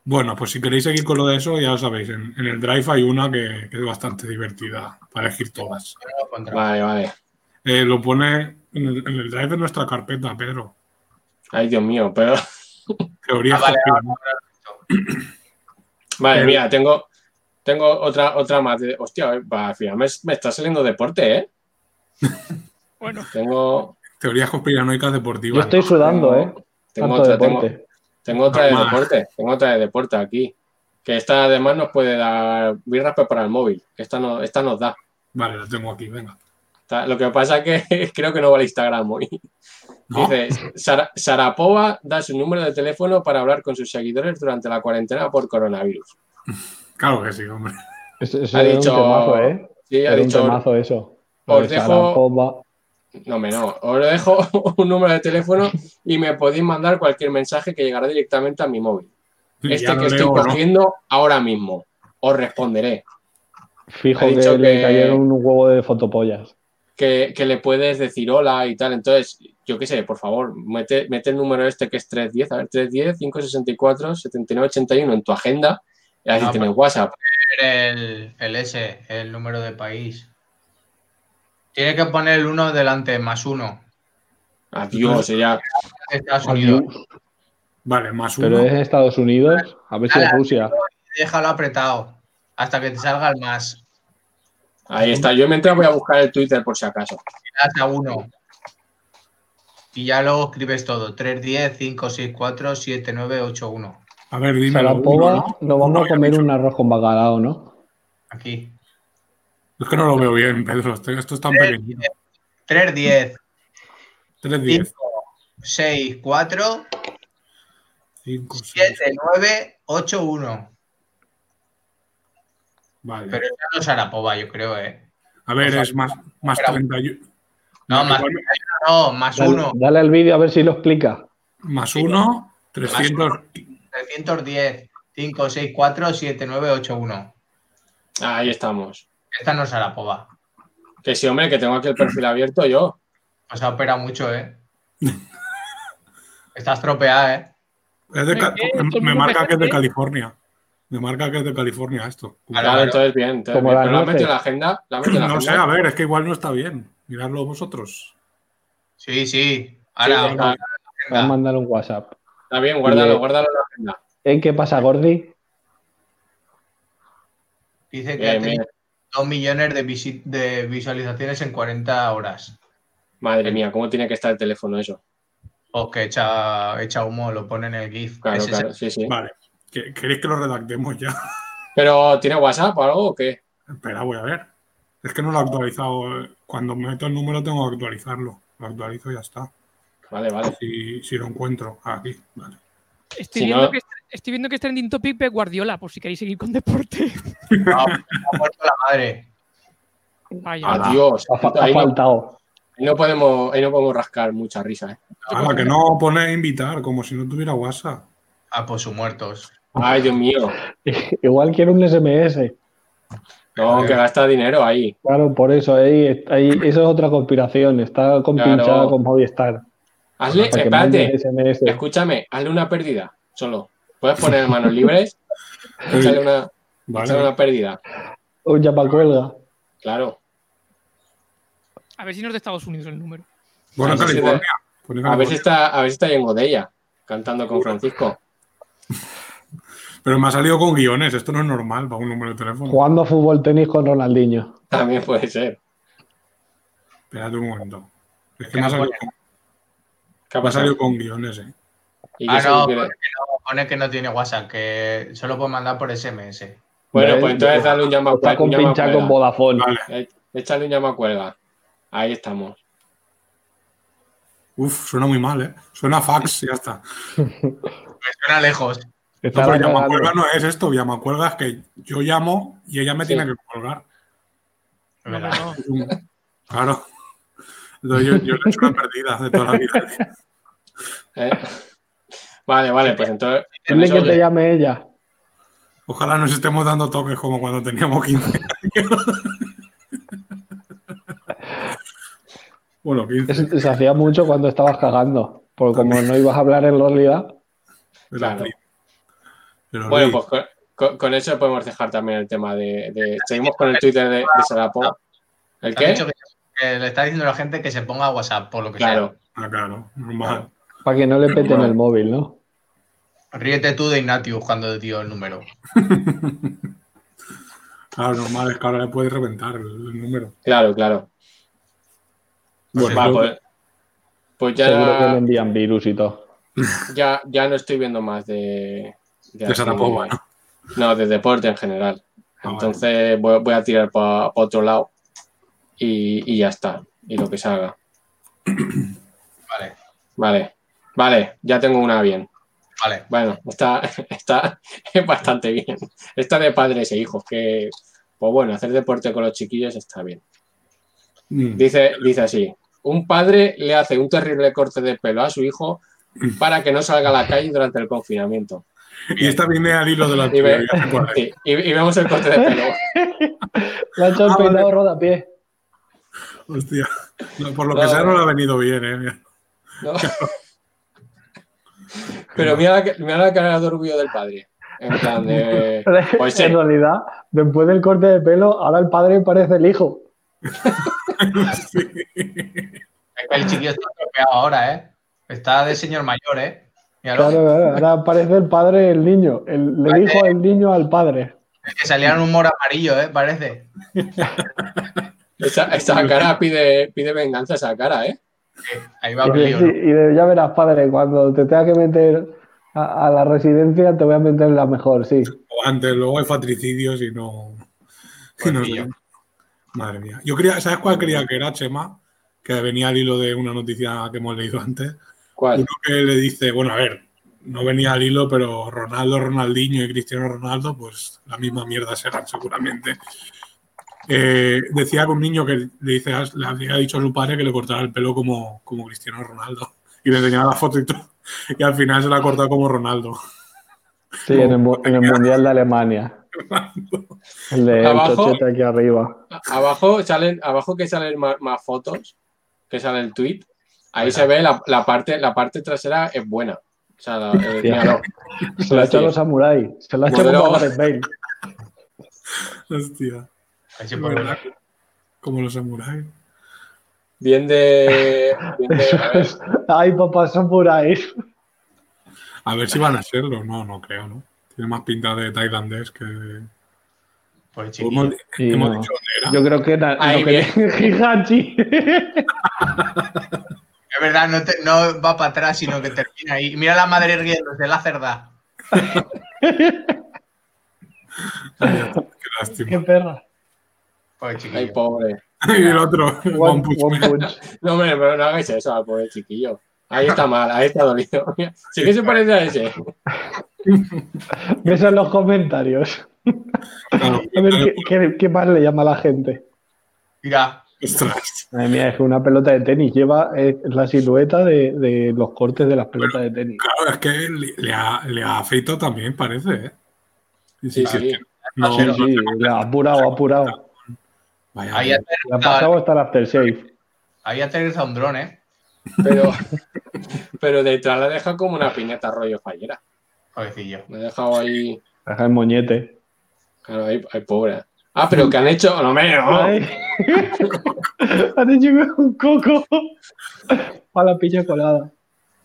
B: Bueno, pues si queréis seguir con lo de eso, ya lo sabéis. En, en el Drive hay una que, que es bastante divertida para elegir todas.
D: Yo no lo contra.
A: Vale, vale.
B: Eh, lo pone en el, en el Drive de nuestra carpeta, Pedro.
A: Ay, Dios mío, pero.
B: Teoría
D: Ah, vale,
A: Vale,
B: Pero-
A: mira, tengo, tengo otra, otra más. De... Hostia, eh, va, al final me, me está saliendo deporte, ¿eh?
E: Bueno,
A: Tengo.
B: Teorías conspiranoicas
C: Yo
B: deportivas.
C: estoy sudando, ¿eh?
A: Tengo
C: Tanto
A: otra, tengo,
C: deporte.
A: tengo otra de
B: Normal.
A: deporte. Tengo otra de deporte aquí. Que esta además nos puede dar birras pero para el móvil. que Esta, no, esta nos da.
B: Vale, la tengo aquí, venga.
A: Esta- Lo que pasa es que <laughs> creo que no vale Instagram hoy.
B: ¿No?
A: Dice, "Sara- Sarapova da su número de teléfono para hablar con sus seguidores durante la cuarentena por coronavirus.
B: Ah, Claro que sí, hombre. <laughs>
C: Eso, eso
A: Ha
C: era
A: dicho-
C: un temazo, ¿eh?
A: Sí, ha
C: Era un
A: dicho,
C: temazo eso.
A: os
C: Lo de
A: dejo-
C: Sarapova.
A: no, me no, os dejo <laughs> un número de teléfono y me podéis mandar cualquier mensaje que llegará directamente a mi móvil.
B: Ya
A: Este
B: lo
A: que estoy
B: leo, ¿no?
A: cogiendo ahora mismo. Os responderé.
C: Fijo
A: Ha
C: que,
A: dicho
C: le
A: que-
C: cayeron un huevo de fotopollas.
A: Que, que le puedes decir hola y tal. Entonces, yo qué sé, por favor, mete, mete el número este que es 310, a ver, 310, 564, 7981 en tu agenda. Y así
D: Ah,
A: tienes
B: pues.
A: WhatsApp.
D: el, el S, el número de país. Tiene que poner el 1 delante, más uno.
A: Adiós, y ya.
D: Estados Unidos.
B: Vale, más uno.
C: Pero es en Estados Unidos, a ver si es Rusia.
D: Déjalo apretado hasta que te salga el más.
A: Ahí está. Yo mientras voy a buscar el Twitter por si acaso.
D: Hasta uno. Y ya luego escribes todo. 3, 10, 5, 6, 4, 7, 9, 8, 1.
B: A ver, dime.
C: Sarapova,
B: uno,
C: nos vamos a
B: había
C: comer
B: dicho.
C: un arroz con bacalao, ¿no?
D: Aquí.
B: Es que no lo veo bien, Pedro. Esto, esto es tan pequeñito.
D: 3, 10,
B: 3, 10,
D: 5, 6, 4,
B: 5, 6.
D: 7, 9, 8, 1.
B: Vale.
D: Pero ya no es Arapova, yo creo, ¿eh?
B: A ver,
D: o sea,
B: es más, más
D: espera.
B: 31.
D: No, más
B: Igual-
D: no, más
C: Dale,
D: 1.
C: dale al vídeo a ver si lo explica.
B: Más 1, 300.
D: 310, 5, 6, 4, 7, 9, 8, 1.
A: Ahí estamos.
D: Esta no es Arapova.
A: Que sí, hombre, que tengo aquí el perfil abierto yo.
D: O sea, opera mucho, ¿eh? Estás tropeada, ¿eh?
B: Es de Ca-
E: Eh, eh, todo el mundo
B: me marca
E: me
B: que es de
E: hace-
B: California. Me marca que es de California esto.
A: Claro,
D: Claro.
A: entonces bien. entonces
C: Como
A: bien.
C: las
A: Pero la has
C: luces.
A: metido en la agenda. La has metido en la
B: No sé,
A: agenda.
B: a ver, es que igual no está bien. Miradlo vosotros.
D: Sí, sí.
A: Sí,
D: Ahora,
A: está.
C: Voy a
D: venga.
C: mandar un WhatsApp.
A: Está bien, guárdalo,
C: Bien.
A: guárdalo en la agenda.
C: ¿Eh? ¿Qué pasa, Gordi?
D: Dice que ha
A: Bien,
D: tenido
A: bien.
D: 2 millones de, visi- de visualizaciones en 40 horas.
A: Madre mía, ¿cómo tiene que estar el teléfono eso?
D: O Pues que echa, echa humo, lo pone en el GIF.
A: Claro,
D: Ese es el-
A: claro, sí, sí.
B: Vale. ¿Que- ¿Queréis que lo redactemos ya?
A: Pero, ¿tiene WhatsApp o algo o qué?
B: Espera, voy a ver. Es que no lo he actualizado. Cuando meto el número tengo que actualizarlo. Lo actualizo y ya está.
A: Vale, vale.
B: Si, si lo encuentro. Ah, Aquí, vale.
E: Estoy,
A: Si
E: viendo
A: no-
E: que, es- estoy viendo que es trending topic Pep Guardiola, por si queréis seguir con <laughs> deporte.
D: No, ha muerto la madre.
E: Vaya.
B: Ala.
A: Adiós.
C: Ha, fa- ha
A: Ahí no,
C: faltado.
A: ahí no podemos, ahí no podemos rascar mucha risa, ¿eh?
B: Ahora que no pone invitar, como si no tuviera WhatsApp.
D: Ah, pues sus muertos.
A: Ay, Dios mío.
C: Igual quiero un SMS.
A: No, que gasta dinero ahí.
C: Claro, por eso. ahí- ahí- eso es otra conspiración. Está compinchada
A: Claro.
C: con Movistar.
A: Hazle,
C: Para que mande
A: espérate,
C: SMS.
A: escúchame, hazle una pérdida, solo. Puedes poner manos libres, échale una, échale
B: Vale.
A: una pérdida.
C: Un llama cuelga.
A: Claro.
E: A ver si no es de Estados Unidos el número.
B: Bueno,
A: a ver si
B: California. Pone
A: A ver si
B: California.
A: está, a ver si está ahí en Godella, cantando con Francisco.
B: Pero me ha salido con guiones. Esto no es normal para un número de teléfono.
C: Jugando a fútbol tenis con Ronaldinho.
A: También puede ser.
B: Espérate un momento. Es que me ha salido con,
A: ¿Qué ha
B: me ha
A: pasado?
B: salido con guiones, eh.
A: ¿Y
D: Ah,
A: qué
D: no,
A: significa?
D: pone que no, pone que no tiene WhatsApp, que solo puede mandar por SMS.
A: Bueno,
C: ¿Ves?
A: pues entonces dale un llamado
C: Está compinchada con Vodafone.
B: Vale.
A: Échale un llama cuelga. Ahí estamos.
B: Uf, suena muy mal, eh. Suena fax, ya está.
D: Me suena lejos.
C: Está
B: No, pues pero
C: cagando.
B: llamacuelga no es esto, llamacuelga es que yo llamo y ella me
A: Sí.
B: tiene que colgar.
D: de
E: No, no,
D: verdad.
E: no.
B: Es un- Claro. Entonces yo, yo le he hecho una perdida de toda la vida.
A: ¿eh? <laughs> Vale, vale, pues entonces. con
C: Dile
A: eso
C: que
A: le-
C: te llame ella.
B: Ojalá nos estemos dando toques como cuando teníamos 15 años. Bueno, 15.
C: Es- se hacía mucho cuando estabas cagando. Porque como no ibas a hablar en realidad,
B: de la
A: Claro.
B: pri- de los
A: Bueno,
B: Lee.
A: pues con, con- con eso podemos dejar también el tema de. de- Seguimos con el Twitter de, de Sarapo. ¿El
D: Te
A: qué?
D: han dicho que- que le está diciendo a la gente que se ponga a WhatsApp, por lo que
A: Claro.
B: Ah, claro, normal.
C: para que no le peten
A: Bueno.
C: el móvil, ¿no?
D: sea. Ríete tú de Ignatius cuando te dio el número.
B: Claro, Ah, normal, es que ahora le puedes reventar el, el número.
A: Claro, claro.
B: Bueno,
A: Va,
B: yo-
A: pues, pues
C: Seguro que le
A: ya,
C: envían virus y todo.
A: ya, ya no estoy viendo más de.
B: De Sarapova, ¿no?
A: No, de deporte en general.
B: Ah, vale.
A: Entonces voy, voy a tirar para otro lado y, y ya está. Y lo que salga.
D: Vale,
A: Vale. Vale, ya tengo una bien.
D: vale.
A: Bueno, está, <laughs> está bastante bien. Está de padres e hijos, que, pues bueno, hacer deporte con los chiquillos está bien.
B: Mm,
A: Dice, dice así, un padre le hace un terrible corte de pelo a su hijo para que no salga a la calle durante el confinamiento.
B: Y esta viene al hilo de la
A: Y, ve-
B: teoría, ¿cuál es?
A: <laughs> sí, y- y vemos el corte de pelo.
C: Le ha hecho el
B: Ah, vale.
C: peinado rodapié.
B: Hostia. No, por lo
A: No,
B: que sea,
A: no.
B: no le ha venido bien, eh. Mira.
A: ¿no? Pero mira la, mira la cara de orgullo del padre. En plan de... Pues sí.
C: En realidad, después del corte de pelo, ahora el padre parece el hijo.
B: Sí.
D: Es que el chiquillo está atropellado ahora, ¿eh? Está de señor mayor, ¿eh? Míralo.
C: Claro, claro, ahora parece el padre el niño. El- le dijo el niño al padre.
D: Es que salían un humor amarillo, ¿eh? Parece.
A: Esa, esa cara pide, pide venganza, esa cara, ¿eh?
D: Sí, ahí va
C: Y,
D: por
C: le-
D: lío, ¿no?
C: y le- ya verás, padre, cuando te tenga que meter a, a la residencia, te voy a meter en la mejor, sí.
B: O antes, luego hay fatricidios y no. y
D: Pues
B: no
D: pillo.
B: Madre mía. Yo quería, ¿sabes cuál quería que era, Chema? Que venía al hilo de una noticia que hemos leído antes.
A: ¿Cuál?
B: Uno que le dice, bueno, a ver, no venía al hilo, pero Ronaldo, Ronaldinho y Cristiano Ronaldo, pues la misma mierda serán seguramente. Eh, decía que un niño que le, dice, le había dicho a su padre que le cortara el pelo como, como Cristiano Ronaldo. Y le enseñaba la foto y todo. Y al final se la ha cortado como Ronaldo. <laughs>
C: Sí, en el, mu- en el Mundial de Alemania. El de el
A: Abajo.
C: Chocheta aquí arriba.
A: A- Abajo salen, abajo que salen más, más fotos, que sale el tweet, ahí se ve la, la parte, la parte trasera es buena. O sea, la- eh,
C: Hostia.
A: míralo.
C: Se lo ha hecho a los samuráis. Se lo ha hecho
A: Modelo.
C: como a Gareth Bale.
B: Hostia.
D: Ahí se pone
B: ¿Verdad? Como los samuráis.
A: Bien de. bien de- a ver,
C: Ay, papá, samuráis.
B: A ver si van a serlo. No, no creo, ¿no? Tiene más pinta de tailandés que.
D: Pues chiquillo.
B: Hemos,
C: Sí,
B: hemos
C: no.
B: dicho dónde era.
C: Yo creo que. na-
A: Ahí
C: lo que- <laughs> Hihachi.
D: Es verdad, no, te- no va para atrás, sino que termina ahí. Mira la madre riéndose, la cerda.
B: Qué lástima.
C: Qué perra.
D: Pues
A: Ay,
D: chiquillo.
A: pobre.
B: <laughs> Y el otro, One
C: One,
B: Punch
C: one
B: Man.
C: <laughs> punch.
A: No, hombre, pero no hagáis eso al pobre chiquillo. Ahí está mal, ahí está dolido. <laughs> Mira, Sí que se parece a ese.
C: Que son los comentarios.
B: Claro,
C: A ver qué, qué- qué más le llama a la gente.
D: Mira,
B: ostras.
C: Madre mía, es que una pelota de tenis lleva eh, la silueta de, de los cortes de las pelotas de tenis.
B: Claro, es que le, le ha, le ha afeitado también, parece, ¿eh? Y
A: Sí, sí.
B: es que no-
C: Sí, sí, la ha apurado, ha apurado.
B: Vaya,
D: ahí aterriza,
C: La ha pasado hasta el aftershave.
D: ahí aterriza un dron, ¿eh?
A: Pero, <laughs> pero detrás la deja como una piñata rollo fallera.
D: Pobrecillo.
A: Me he dejado ahí.
C: Deja el moñete.
A: Claro, ahí, ahí pobre. Ah, pero que han hecho. No, hombre, no.
C: Ay. <laughs> Ha dicho que es un coco. Para la piña colada.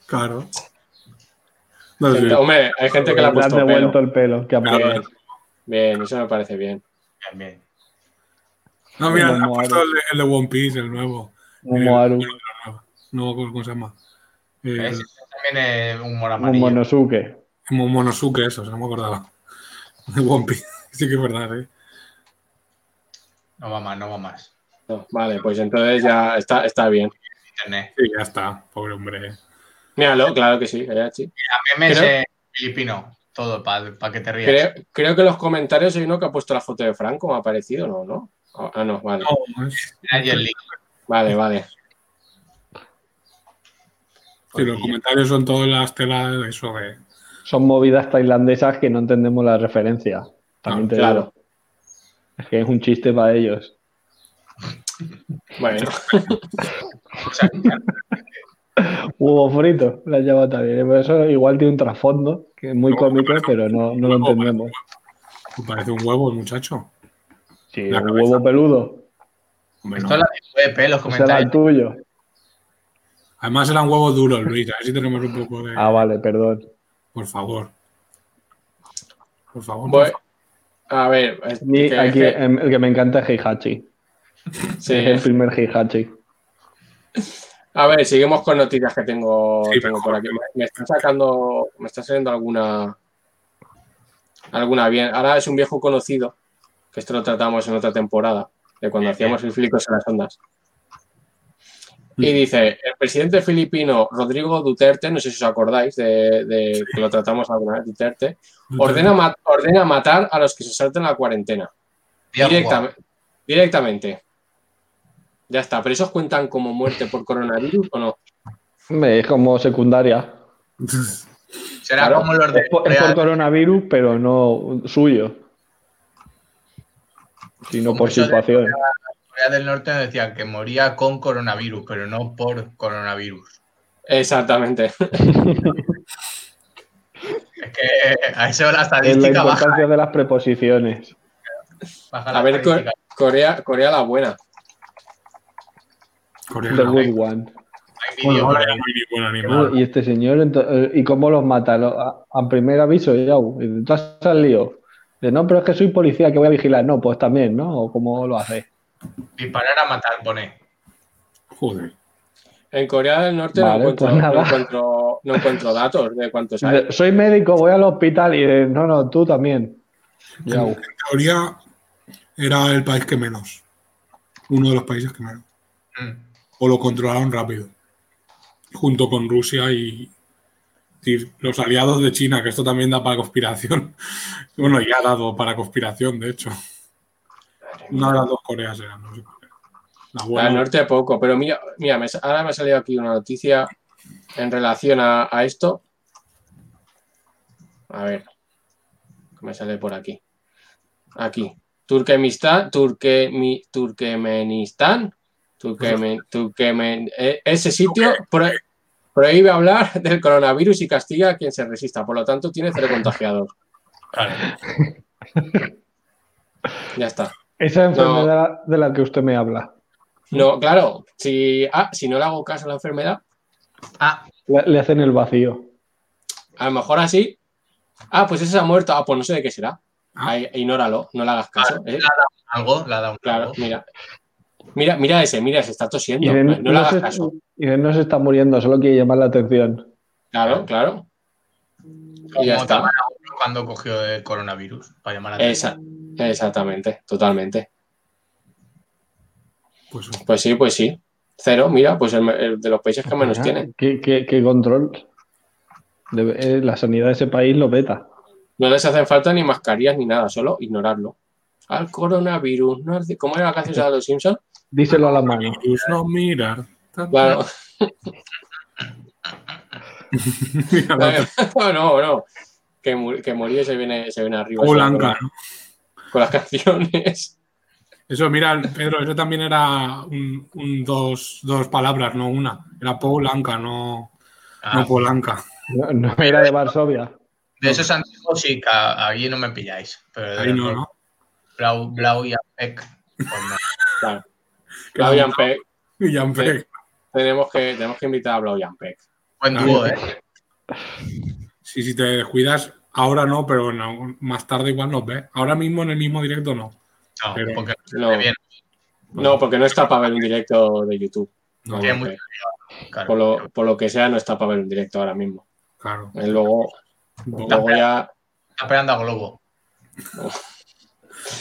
B: claro. No sé,
A: Gente- hombre, hay gente que le ha
C: Pues, Le han
A: puesto pelo.
C: devuelto el pelo. Que
B: Claro.
C: apague.
A: Bien, bien, eso me parece bien.
D: Bien, bien.
B: No, mira,
C: Como
B: ha puesto
C: Moana.
B: el, de- el de One Piece, el nuevo.
C: Un Moaru.
B: No, ¿cómo se llama? Eh,
D: Ese también es humor
C: Un
D: amarillo.
C: monosuke.
B: Mon- Monosuke, eso, no me acordaba. De One Piece, <laughs> sí que es verdad, ¿eh?
D: No va más, no va más.
A: No, vale, pues entonces ya está, está bien.
D: Internet.
B: Sí, ya está, pobre hombre.
A: Míralo, claro que sí, Hayachi.
D: A memes
A: Creo-
D: en filipino. Todo para que te rías.
A: Creo, creo que los comentarios hay uno que ha puesto la foto de Franco, me ha parecido, ¿no? ¿No? Ah, no, vale.
B: No, es-
D: Ayer Lee.
A: Vale, vale.
B: sí, los comentarios son todas las telas de eso de.
C: Son movidas tailandesas que no entendemos la referencia. También te digo.
A: Claro.
C: Es que es un chiste para ellos.
A: Bueno,
D: O sea,
C: Huevo frito, la llama también. ¿eh? Por eso igual tiene un trasfondo, que es muy cómico, pero no, no lo entendemos.
B: Parece un huevo el muchacho.
C: Sí,
B: La
C: un
B: cabeza.
C: huevo peludo.
B: Hombre, no.
D: esto es la de web, ¿eh? los
C: Ese era el
D: comentarios.
C: tuyo.
B: Además eran huevos duros, Luis. A ver si tenemos un poco de.
C: Ah, vale, perdón.
B: Por favor. Por favor.
A: voy- a ver. es
C: Ni-
A: que-
C: aquí,
A: que-
C: em, el que me encanta es Heihachi. Es el
A: sí.
C: primer Heihachi.
A: A ver, seguimos con noticias que tengo,
B: Sí,
A: tengo
B: mejor.
A: por aquí. Me, me está sacando, me está saliendo alguna, alguna bien. Ahora es un viejo conocido, que esto lo tratamos en otra temporada, de cuando
D: Bien,
A: hacíamos el flicos en las ondas. Y dice, el presidente filipino Rodrigo Duterte, no sé si os acordáis de, de que lo tratamos alguna vez, Duterte,
B: por-
A: ordena, ma- ordena matar a los que se salten la cuarentena.
D: Dios,
A: Directamente. Directamente. Ya está, pero esos cuentan como muerte por coronavirus o no.
C: Hombre, Es como secundaria.
D: guau. Será
A: Claro.
D: como los de
C: Es por, es por coronavirus, pero no suyo. Sino por
D: Eso de-
C: situaciones.
D: Corea del Norte nos decían que moría con coronavirus, pero no por coronavirus.
A: Exactamente.
D: Es que a eso la
C: Es la
D: estadística baja.
C: importancia de las preposiciones.
D: baja la
A: A ver, Cor-
D: estadística.
A: Corea, Corea la buena.
B: <laughs> Corea.
C: The good one.
D: Hay
B: Bueno,
D: vídeos.
B: ahora ya no hay ningún animal.
C: Y este señor, ento- eh, ¿y cómo los mata? Lo- a, a primer aviso, ya, uh, tú has salido. De, no, pero es que soy policía, que voy a vigilar. No, pues también, ¿no? ¿O cómo lo hace?
D: Disparar a matar, pone.
B: Joder.
A: En Corea del Norte
C: Vale,
A: no, encuentro,
C: pues nada.
A: no, encuentro, no encuentro datos
C: <laughs>
A: de cuántos hay.
C: De- soy médico, voy al hospital y de, no, no, tú también. Ya, uh.
B: En teoría era el país que menos. Uno de los países que menos.
D: Mm.
B: O lo controlaron rápido. Junto con Rusia y, y los aliados de China, que esto también da para conspiración. <laughs> Bueno, ya ha dado para conspiración, de hecho. Una de las dos Coreas era, no sé cuál era. La
A: Al
B: buena.
A: norte poco, pero mira, mira me sa- ahora me ha salido aquí una noticia en relación a, a esto. A ver, ¿qué me sale por aquí? Aquí. Turkmenistán, Turque, mi- Turkmenistán, Turkmen- Turkmen- eh, ese sitio pro- prohíbe hablar del coronavirus y castiga a quien se resista, por lo tanto tiene cero contagiados.
D: Claro.
A: Ya está.
C: Esa enfermedad de la que usted me habla.
A: No, claro, si, ah, si no le hago caso a la enfermedad,
D: Ah,
C: Le, le hacen el vacío.
A: A lo mejor así. Ah, pues ese se ha muerto. Ah, pues no sé de qué será. Ahí, ignóralo, no le hagas caso. ¿eh?
D: Algo, la da un
A: Claro, mira. Mira, mira ese, mira, se está tosiendo.
C: Irene
A: No le hagas
C: se-
A: caso.
C: Irene no se está muriendo, solo quiere llamar la atención.
A: Claro, claro. Y ya
D: Como
A: está.
D: Tamara Obro cuando cogió el coronavirus, para llamar la atención.
A: Esa- exactamente, totalmente.
B: Pues
A: Pues sí, pues sí. Cero, mira, pues el, el de los países que menos
C: Ah,
A: tienen.
C: ¿Qué, qué- qué control? Debe- eh, la sanidad de ese país lo peta.
A: No les hacen falta ni mascarillas ni nada, solo ignorarlo. Al coronavirus, ¿no? ¿cómo era la canción esa de los Simpsons?
C: Díselo a la mano.
B: virus no mirar. Ta, ta.
A: Claro,
B: <laughs> Mira,
A: <laughs>
B: la
A: no, no, no. Que, mu- que morir se viene, se viene arriba.
B: Q
A: así,
B: blanca, ¿no?
A: Con, con las <laughs> canciones.
B: Eso, mira, Pedro, eso también era un, un dos, dos palabras, no una. Era Poulanca, no,
D: Ah,
B: no Polanca.
C: No, no era de Varsovia.
D: de esos antiguos sí, que a- ahí no me pilláis. Pero de
B: Ahí no, ¿no?
D: Blau, Blau y Apec. pues no.
A: Claro. Blau Jan Peck,
B: Y ya empecé.
A: tenemos que, tenemos que invitar a Blau Jan Peck.
B: <laughs>
D: Buen dúo, ¿eh?
B: Sí, si te descuidas, ahora no, pero en algún- más tarde igual nos ves. Ahora mismo en el mismo directo no.
D: No,
B: Pero-
D: porque
A: No,
D: Bien.
A: no, porque no está para ver un directo de YouTube.
B: No,
A: Jan
D: tiene mucho
A: Peck.
D: claro,
A: por, lo, por lo que sea, no está para ver un directo ahora mismo.
B: Claro.
A: Eh, Luego, luego ya.
D: está esperando a Globo.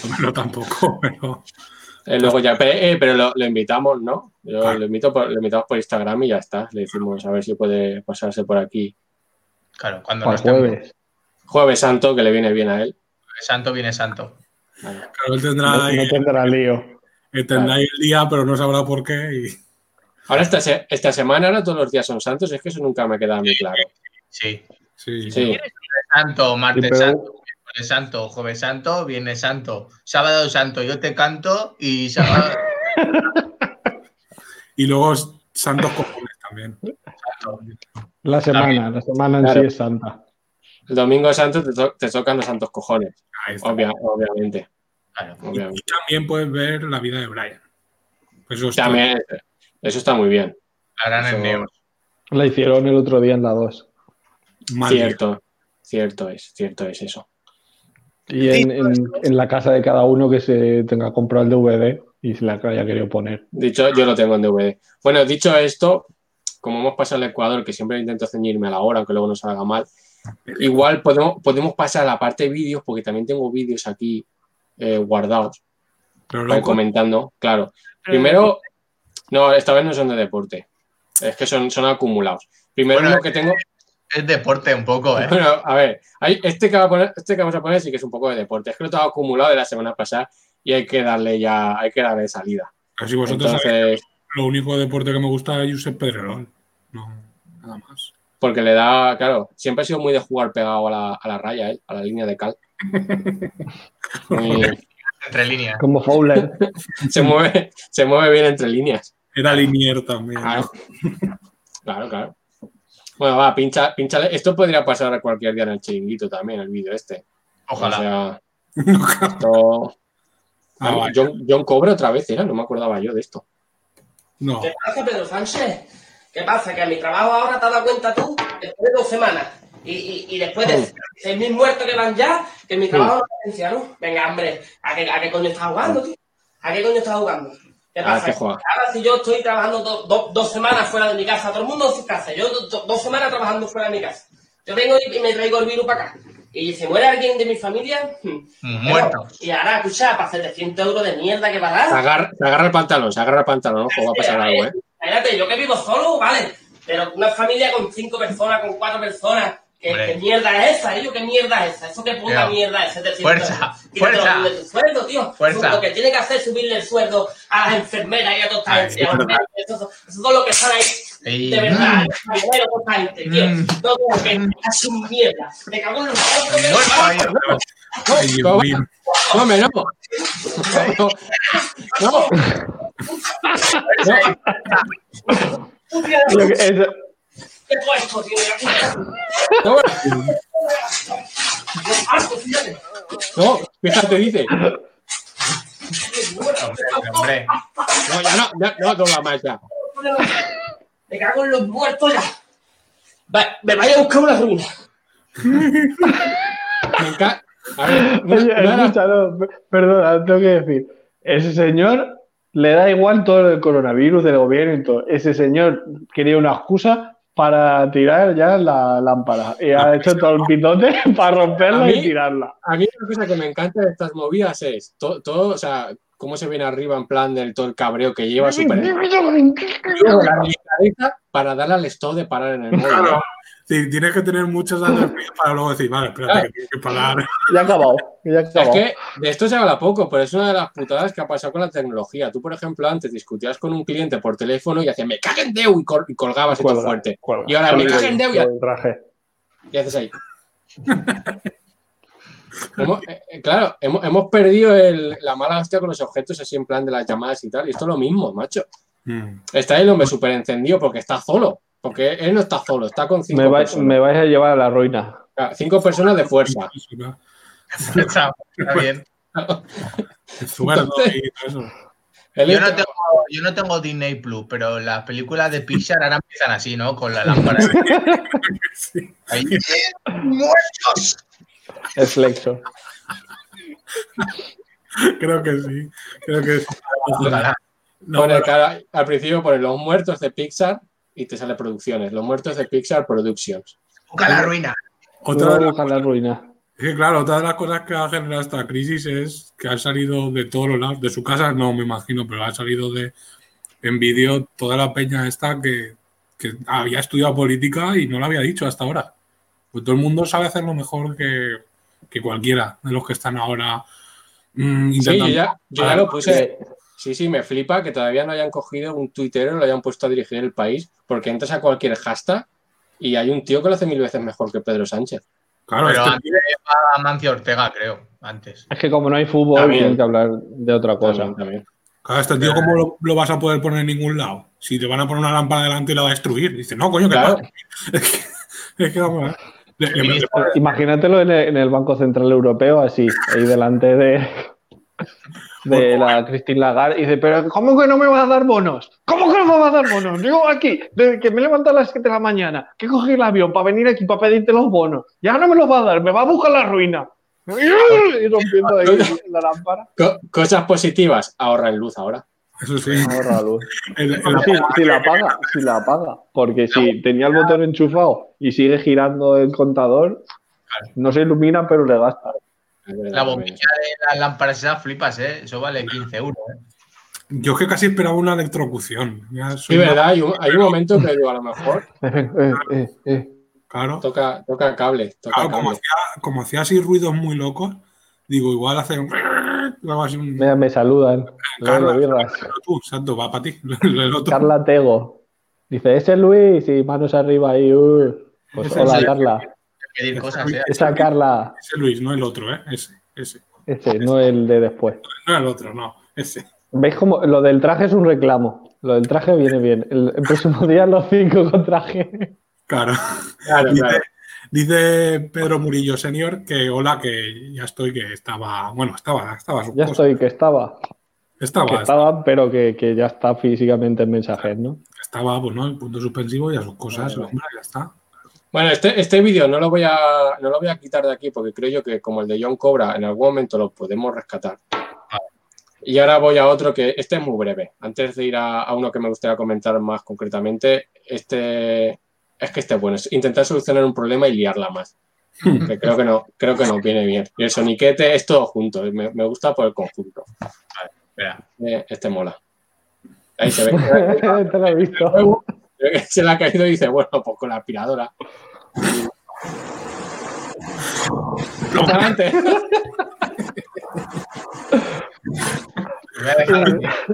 B: Bueno, tampoco, <laughs> pero
A: eh, luego ya pero eh, pero lo, lo invitamos, ¿no? Yo
B: Claro.
A: lo, invito por, lo invitamos por Instagram y ya está. Le decimos a ver si puede pasarse por aquí.
D: Claro, cuando no
C: Para
D: esté
C: jueves.
A: Jueves Santo, que le viene bien a él.
D: santo, viene santo.
A: Vale.
B: claro, él
C: No,
B: tendrá, ahí-
C: no tendrá lío.
B: él tendrá ahí el día, pero no sabrá por qué. Y...
A: Ahora, esta, se- esta semana, ahora todos los días son santos, es que eso nunca me ha quedado muy claro.
D: Sí.
B: Sí,
A: Sí,
D: Santo, martes
C: Sí, pero-
D: santo, miércoles santo, jueves santo, viernes santo, sábado santo, yo te canto y sábado
B: Y luego Santos Comunes también.
D: santo.
C: La semana, la semana en
A: Claro.
C: sí es santa.
A: el domingo santo te, to- te tocan los santos cojones,
B: Ahí está.
A: obvia- obviamente,
D: Claro.
A: obviamente.
B: Y también puedes ver la vida de Brian. Eso está-
A: También, eso está muy bien,
D: Harán
A: Eso-
D: en Neos.
C: La hicieron el otro día en la 2.
B: mal
A: cierto, cierto es, cierto es eso.
C: Y en, en- en la casa de cada uno que se tenga comprado el DVD y se la haya querido poner.
A: Dicho, yo lo tengo en DVD. Bueno, dicho esto, como hemos pasado el Ecuador, que siempre intento ceñirme a la hora, aunque luego no salga mal, igual podemos, podemos pasar a la parte de vídeos, porque también tengo vídeos aquí eh, guardados,
B: Pero
A: para ir
B: loco,
A: comentando, claro.
E: Pero-
A: Primero, no, esta vez no son de deporte, es que son, son acumulados. Primero
D: Bueno,
A: lo que tengo,
D: Es deporte un poco,
A: <laughs>
D: ¿eh?
A: bueno, a ver, hay- este, que va a poner- este que vamos a poner sí que es un poco de deporte, es que lo tengo acumulado de la semana pasada y hay que darle ya, hay que darle salida.
B: pero si vosotros sabéis,
A: Pues Entonces,
B: lo único deporte que me gusta es Josep Pedrerol. No, nada más.
A: Porque le da, claro, siempre ha sido muy de jugar pegado a la, a la raya, ¿eh? a la línea de <laughs> cal. Muy-
D: Entre líneas.
C: Como Fowler.
A: se, mueve, se mueve bien entre líneas.
B: Era Linier también.
A: Claro, claro. claro. Bueno, va, pincha, pinchale. Esto podría pasar a cualquier día en el chiringuito también, el vídeo este. O
D: Ojalá.
B: <laughs>
A: sea,
B: No,
A: esto-
B: Ah, vale.
A: John, John Cobra otra vez era, no me acordaba yo de esto.
B: No.
F: ¿Qué pasa, Pedro Sánchez? ¿Qué pasa? Que a mi trabajo ahora te has dado cuenta tú después de dos semanas. Y, y- y después de
A: Sí.
F: 6.000 muertos que van ya, que mi trabajo no es esencia, ¿no? Venga, hombre, ¿a qué, ¿a qué coño estás jugando, tío? ¿A qué coño estás jugando? ¿Qué
A: Ah,
F: pasa?
A: qué juega.
F: ahora si yo estoy trabajando do- do- dos semanas fuera de mi casa, todo el mundo en su casa, yo do- do- dos semanas trabajando fuera de mi casa. Yo vengo y, y me traigo el virus para acá. Y se muere alguien de mi familia, <laughs> hmm,
D: Muerto.
F: Y ahora, escucha, para 700 euros de mierda que va a
A: Se
F: dar.
A: agarra, se agarra el pantalón, se agarra el pantalón, ojo, va a pasar algo, ¿eh?
F: Espérate, yo que vivo solo, vale. Pero una familia con cinco personas, con cuatro personas, ¿qué,
D: Hombre.
F: qué mierda es esa? ¿eh? Yo, ¿Qué mierda es esa? ¿Eso qué puta
D: Ya.
F: mierda es? 700
D: Fuerza,
F: euros.
D: <laughs>
F: Y que
D: fuerza.
F: te lo suben tu sueldo, tío.
D: Fuerza.
F: Lo que tiene que hacer es subirle el sueldo a las enfermeras y a toda esta
D: Ay,
F: gente.
D: es
F: hombre. Eso, eso es todo lo que están ahí.
D: Y-
F: De verdad, los camioneros, toda esta gente, tío.
D: Mm.
F: Todo lo que hacen mierda. Me cago en los ojos, me
D: Muerto ahí.
B: Ay, Dios mío.
A: No, hombre, no. No. No. No.
F: putea,
C: Lo que- eso-
F: ¿Qué puesto, tío? Mira, putea.
A: No.
F: Los ascos, fíjate.
A: No, fíjate, dice. No,
D: Hombre, hombre.
A: ya no, ya no dobla más ya.
F: Me cago en los muertos ya. Va- me vaya a buscar una ruina.
A: Me encanta. A ver, una-
C: Oye,
A: una de las-
C: escucha, no, per- perdona, tengo que decir. Ese señor le da igual todo el coronavirus del gobierno y todo. Ese señor quería una excusa para tirar ya la lámpara. Y ha hecho todo el pitote <laughs> para
A: A
C: romperla
A: mí-
C: y tirarla.
A: A mí una cosa que me encanta de estas movidas es to- todo, o sea, cómo se viene arriba en plan del todo el cabreo que lleva super Luego la realizadita para darle al stop de parar en el móvil.
B: Claro. Sí, tienes que tener muchos datos para luego decir, vale, espérate, que tengo que parar.
C: Ya ha acabado. Ya ha
A: Es
C: acabado.
A: que de esto se habla poco, pero es una de las putadas que ha pasado con la tecnología. Tú, por ejemplo, antes discutías con un cliente por teléfono y hacías, me caguen Deu y, col- y colgabas esto
C: Cuelga,
A: fuerte.
C: cuelga.
A: Y ahora, me
C: Cuelga
A: cago en Dios,
C: el-
A: ya-
C: el traje.
A: Y haces ahí. Hemos- eh, eh, claro, hemos, hemos perdido el- la mala hostia con los objetos así en plan de las llamadas y tal. Y esto es lo mismo, macho.
B: Mm.
A: Está el hombre súper encendido porque está solo. Porque él no está solo, está con cinco,
C: Me, vais,
A: personas.
C: me vais a llevar a la ruina.
A: Ah, cinco personas de fuerza.
D: Está está bien.
B: Sueldo y todo eso.
A: Él
D: Yo no,
A: está-
D: tengo, yo no tengo Disney Plus, pero las películas de Pixar ahora empiezan así, ¿no? Con la lámpara.
B: Sí.
D: Ahí. ¡Muertos!
C: Es flexo.
B: Creo que sí. Creo que sí.
D: Ojalá.
B: No,
A: pone
B: pero-
A: cara- al principio pone los muertos de Pixar y te sale producciones. Los muertos de Pixar Productions.
D: Busca la ruina.
C: No
B: otra de las-
C: vamos a la ruina.
B: es que, claro, otra de las cosas que ha generado esta crisis es que han salido de todos los lados, de su casa no me imagino, pero han salido de en vídeo toda la peña esta que, que había estudiado política y no lo había dicho hasta ahora. Pues todo el mundo sabe hacerlo mejor que, que cualquiera de los que están ahora mm,
A: Sí, yo
B: intentando.
A: ya, yo ya lo puse.
C: Eh,
A: Sí, sí, me flipa que todavía no hayan cogido un tuitero y lo hayan puesto a dirigir el país, porque entras a cualquier hashtag y hay un tío que lo hace mil veces mejor que Pedro Sánchez.
B: Claro,
D: Pero
B: es que-
D: antes iba a Mancio Ortega, creo. Antes.
C: Es que como no hay fútbol,
A: También.
C: tienen que hablar de otra cosa.
A: También, también.
B: Claro, este tío, ¿cómo lo, lo vas a poder poner en ningún lado? Si te van a poner una lámpara delante y la va a destruir. Dice, no, <laughs> coño, que
A: Claro.
B: pasa? Es que, es que vamos a ver. em, Le- le- le-
C: Ah, Imagínatelo en el, en el Banco Central Europeo, así, ahí delante de, de la Christine Lagarde, y dice, pero ¿cómo que no me vas a dar bonos? ¿Cómo que no me vas a dar bonos? Yo aquí, desde que me he levantado a las 7 de la mañana, que cogí el avión para venir aquí para pedirte los bonos, ya no me los va a dar, me va a buscar la ruina. Y rompiendo ahí la lámpara.
A: Co- cosas positivas, ahorran luz ahora.
B: Eso sí.
C: Ahorra la luz.
B: El- el-
C: Sí, si la apaga, si la apaga. Porque si tenía el botón enchufado y sigue girando el contador, no se ilumina, pero le gasta.
A: Es verdad,
D: La
A: también
D: bombilla
A: eso.
D: de las lámparas esas flipas, ¿eh? Eso vale 15 euros. ¿eh?
B: yo es que casi esperaba una electrocución. Ya soy
A: Sí,
B: una-
A: verdad, hay un, hay un momento que digo, a lo mejor
C: Eh, eh, eh.
B: Claro,
A: toca, toca cable, toca
B: claro, Ah, como,
A: cable.
B: hacía, como hacía así ruidos muy locos, digo, igual hace un... <laughs> Luego así un... <laughs>
C: Mira, me saludan.
B: Carla,
C: Luego, birras.
B: tú, santo, va para ti. <laughs> El otro.
C: Carla Tego. Dice, ese Luis y manos arriba ahí. uh. Pues
B: Ese
C: hola,
D: es el-
C: Carla.
D: Pedir cosas, ¿eh?
C: Esa Carla.
B: Ese Luis, no el otro, ¿eh? Ese, ese.
C: Ese, no el de después.
B: No el otro, no. Ese.
C: ¿Veis cómo lo del traje es un reclamo? Lo del traje viene bien. El, el próximo día los cinco con traje. <laughs>
B: Claro.
A: Claro,
B: Dice,
A: claro.
B: dice Pedro Murillo Senior que hola, que ya estoy, que estaba, bueno, estaba, estaba su
C: Ya
B: cosa.
C: estoy, que estaba. Que
B: Estaba,
C: estaba, pero que, que ya está físicamente en mensajes, ¿no? <laughs>
B: estaba, pues no, el punto suspensivo y a sus cosas,
A: Vale, vale.
B: hombre, ya está.
A: Bueno, este, este vídeo no lo voy a no lo voy a quitar de aquí porque creo yo que como el de John Cobra, en algún momento lo podemos rescatar. Y ahora voy a otro que este es muy breve. Antes de ir a, a uno que me gustaría comentar más concretamente, este es que este es bueno, es intentar solucionar un problema y liarla más. Que creo que no, creo que no viene bien. Y el soniquete es todo junto, me, me gusta por el conjunto.
D: Espera.
A: Eh, Este mola. Ahí se ve.
C: Te lo he visto.
A: Luego, <laughs> se le ha caído y dice, bueno, pues con la aspiradora. Adelante.
D: Me voy a dejar así.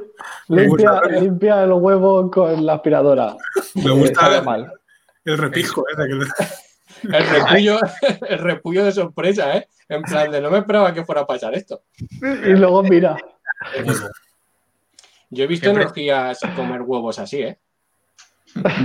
C: Limpia, limpia el huevo con la aspiradora.
B: Me
C: Que sale
B: gusta
C: mal.
B: el repisco ese que le- <laughs>
A: El repullo, <laughs> el repullo de sorpresa, ¿eh? En plan de no me esperaba que fuera a pasar esto.
C: Y luego mira.
A: Yo he visto
D: Siempre.
A: energías comer huevos así, ¿eh?
B: ¿A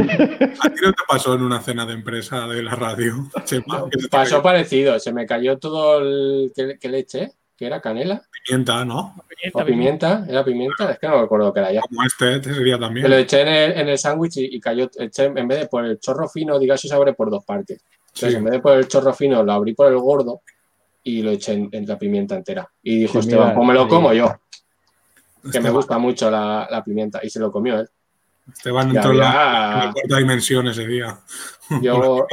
B: ti no te pasó en una cena de empresa de la radio? Chema, que te
A: Pasó
B: cayó
A: parecido, se me cayó todo el... ¿Qué, qué leche? ¿Qué era? ¿Canela?
B: pimienta, ¿no?
A: ¿O pimienta? ¿Era pimienta? Es que no me acuerdo qué era ya.
B: Como este, este sería
A: Me lo
B: también.
A: eché en el, en el sándwich y, y cayó, eché- en vez de por el chorro fino, digas, se abre por dos partes. Entonces, en vez de por el chorro fino, lo abrí por el gordo y lo eché en, en la pimienta entera. Y dijo,
C: Sí,
A: Esteban,
C: mira,
A: pues me lo
C: sí. Este
A: como yo, que me
B: Esteban-
A: gusta mucho la, la pimienta. Y se lo comió, ¿eh?
B: Esteban
A: Y
B: entró en la, en
A: había-
B: la cuarta dimensión ese día.
A: yo-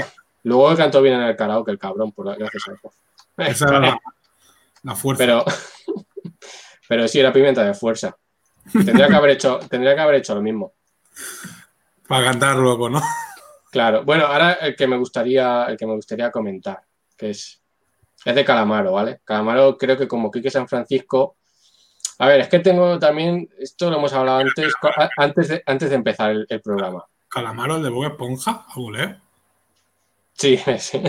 A: luego cantó bien en el karaoke, el cabrón, por la- gracias a eso.
B: Esa era la, la fuerza.
A: Pero, <laughs> pero sí, era pimienta de fuerza. Tendría que haber hecho, tendría que haber hecho lo mismo.
B: Para cantar luego, ¿no?
A: Claro. Bueno, ahora el que me gustaría, el que me gustaría comentar, que es, es de Calamaro, ¿vale? Calamaro creo que como Quique San Francisco. A ver, es que tengo también, esto lo hemos hablado antes, co- a- antes de, antes de empezar el, el programa.
B: Calamaro, el de Bob Esponja, a volver.
A: Sí, <laughs> sí.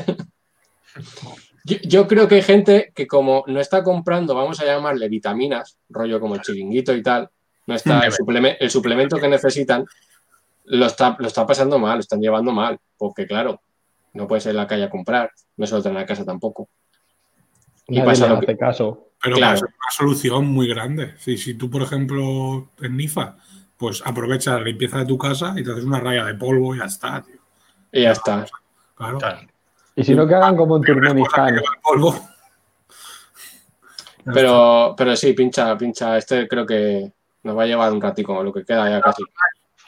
A: Yo, yo creo que hay gente que como no está comprando, vamos a llamarle vitaminas, rollo como el chiringuito y tal, no está el, supleme- el suplemento que necesitan, lo está, lo está pasando mal, lo están llevando mal, porque claro, no puedes ir a la calle a comprar, no se lo traen a casa tampoco. Y
C: Nadie
A: pasa
C: le
A: lo que-
C: hace caso.
B: Pero
A: Claro.
B: pues, es una solución muy grande. Si, si tú, por ejemplo, esnifas, pues aprovecha la limpieza de tu casa y te haces una raya de polvo y ya está, tío.
A: Y ya está.
B: Claro.
D: Claro.
C: Y si no, que hagan como en Turkmenistán.
B: El polvo. Ya está.
A: Pero, pero sí, pincha, pincha, este creo que nos va a llevar un ratico, lo que queda ya casi.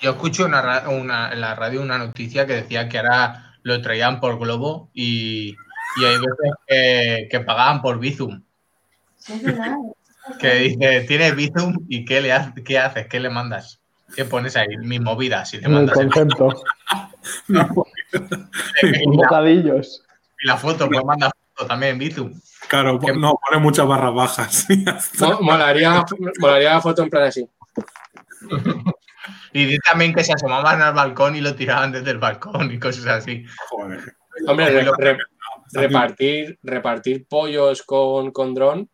D: Yo escuché una, ra- una- en la radio una noticia que decía que ahora lo traían por Globo y, y hay veces que, que pagaban por Bizum.
G: Es verdad.
D: Que dice, tienes Bizum y qué, le ha- qué haces, qué le mandas. ¿Qué pones ahí? Mis movidas y le
C: En el
D: mandas el-
C: concepto.
B: <laughs> No,
D: y, la,
C: Bocadillos.
D: y la foto, pues manda foto también en Bizum.
B: claro,
D: Que-
B: no, pone muchas barras bajas. <laughs> y ya está.
A: Mo- Molaría, molaría la foto en plan así.
D: Y dice también que se asomaban al balcón y lo tiraban desde el balcón y cosas así.
B: Joder.
A: Hombre, re- re-
B: Está bien.
A: repartir, repartir pollos con, con dron.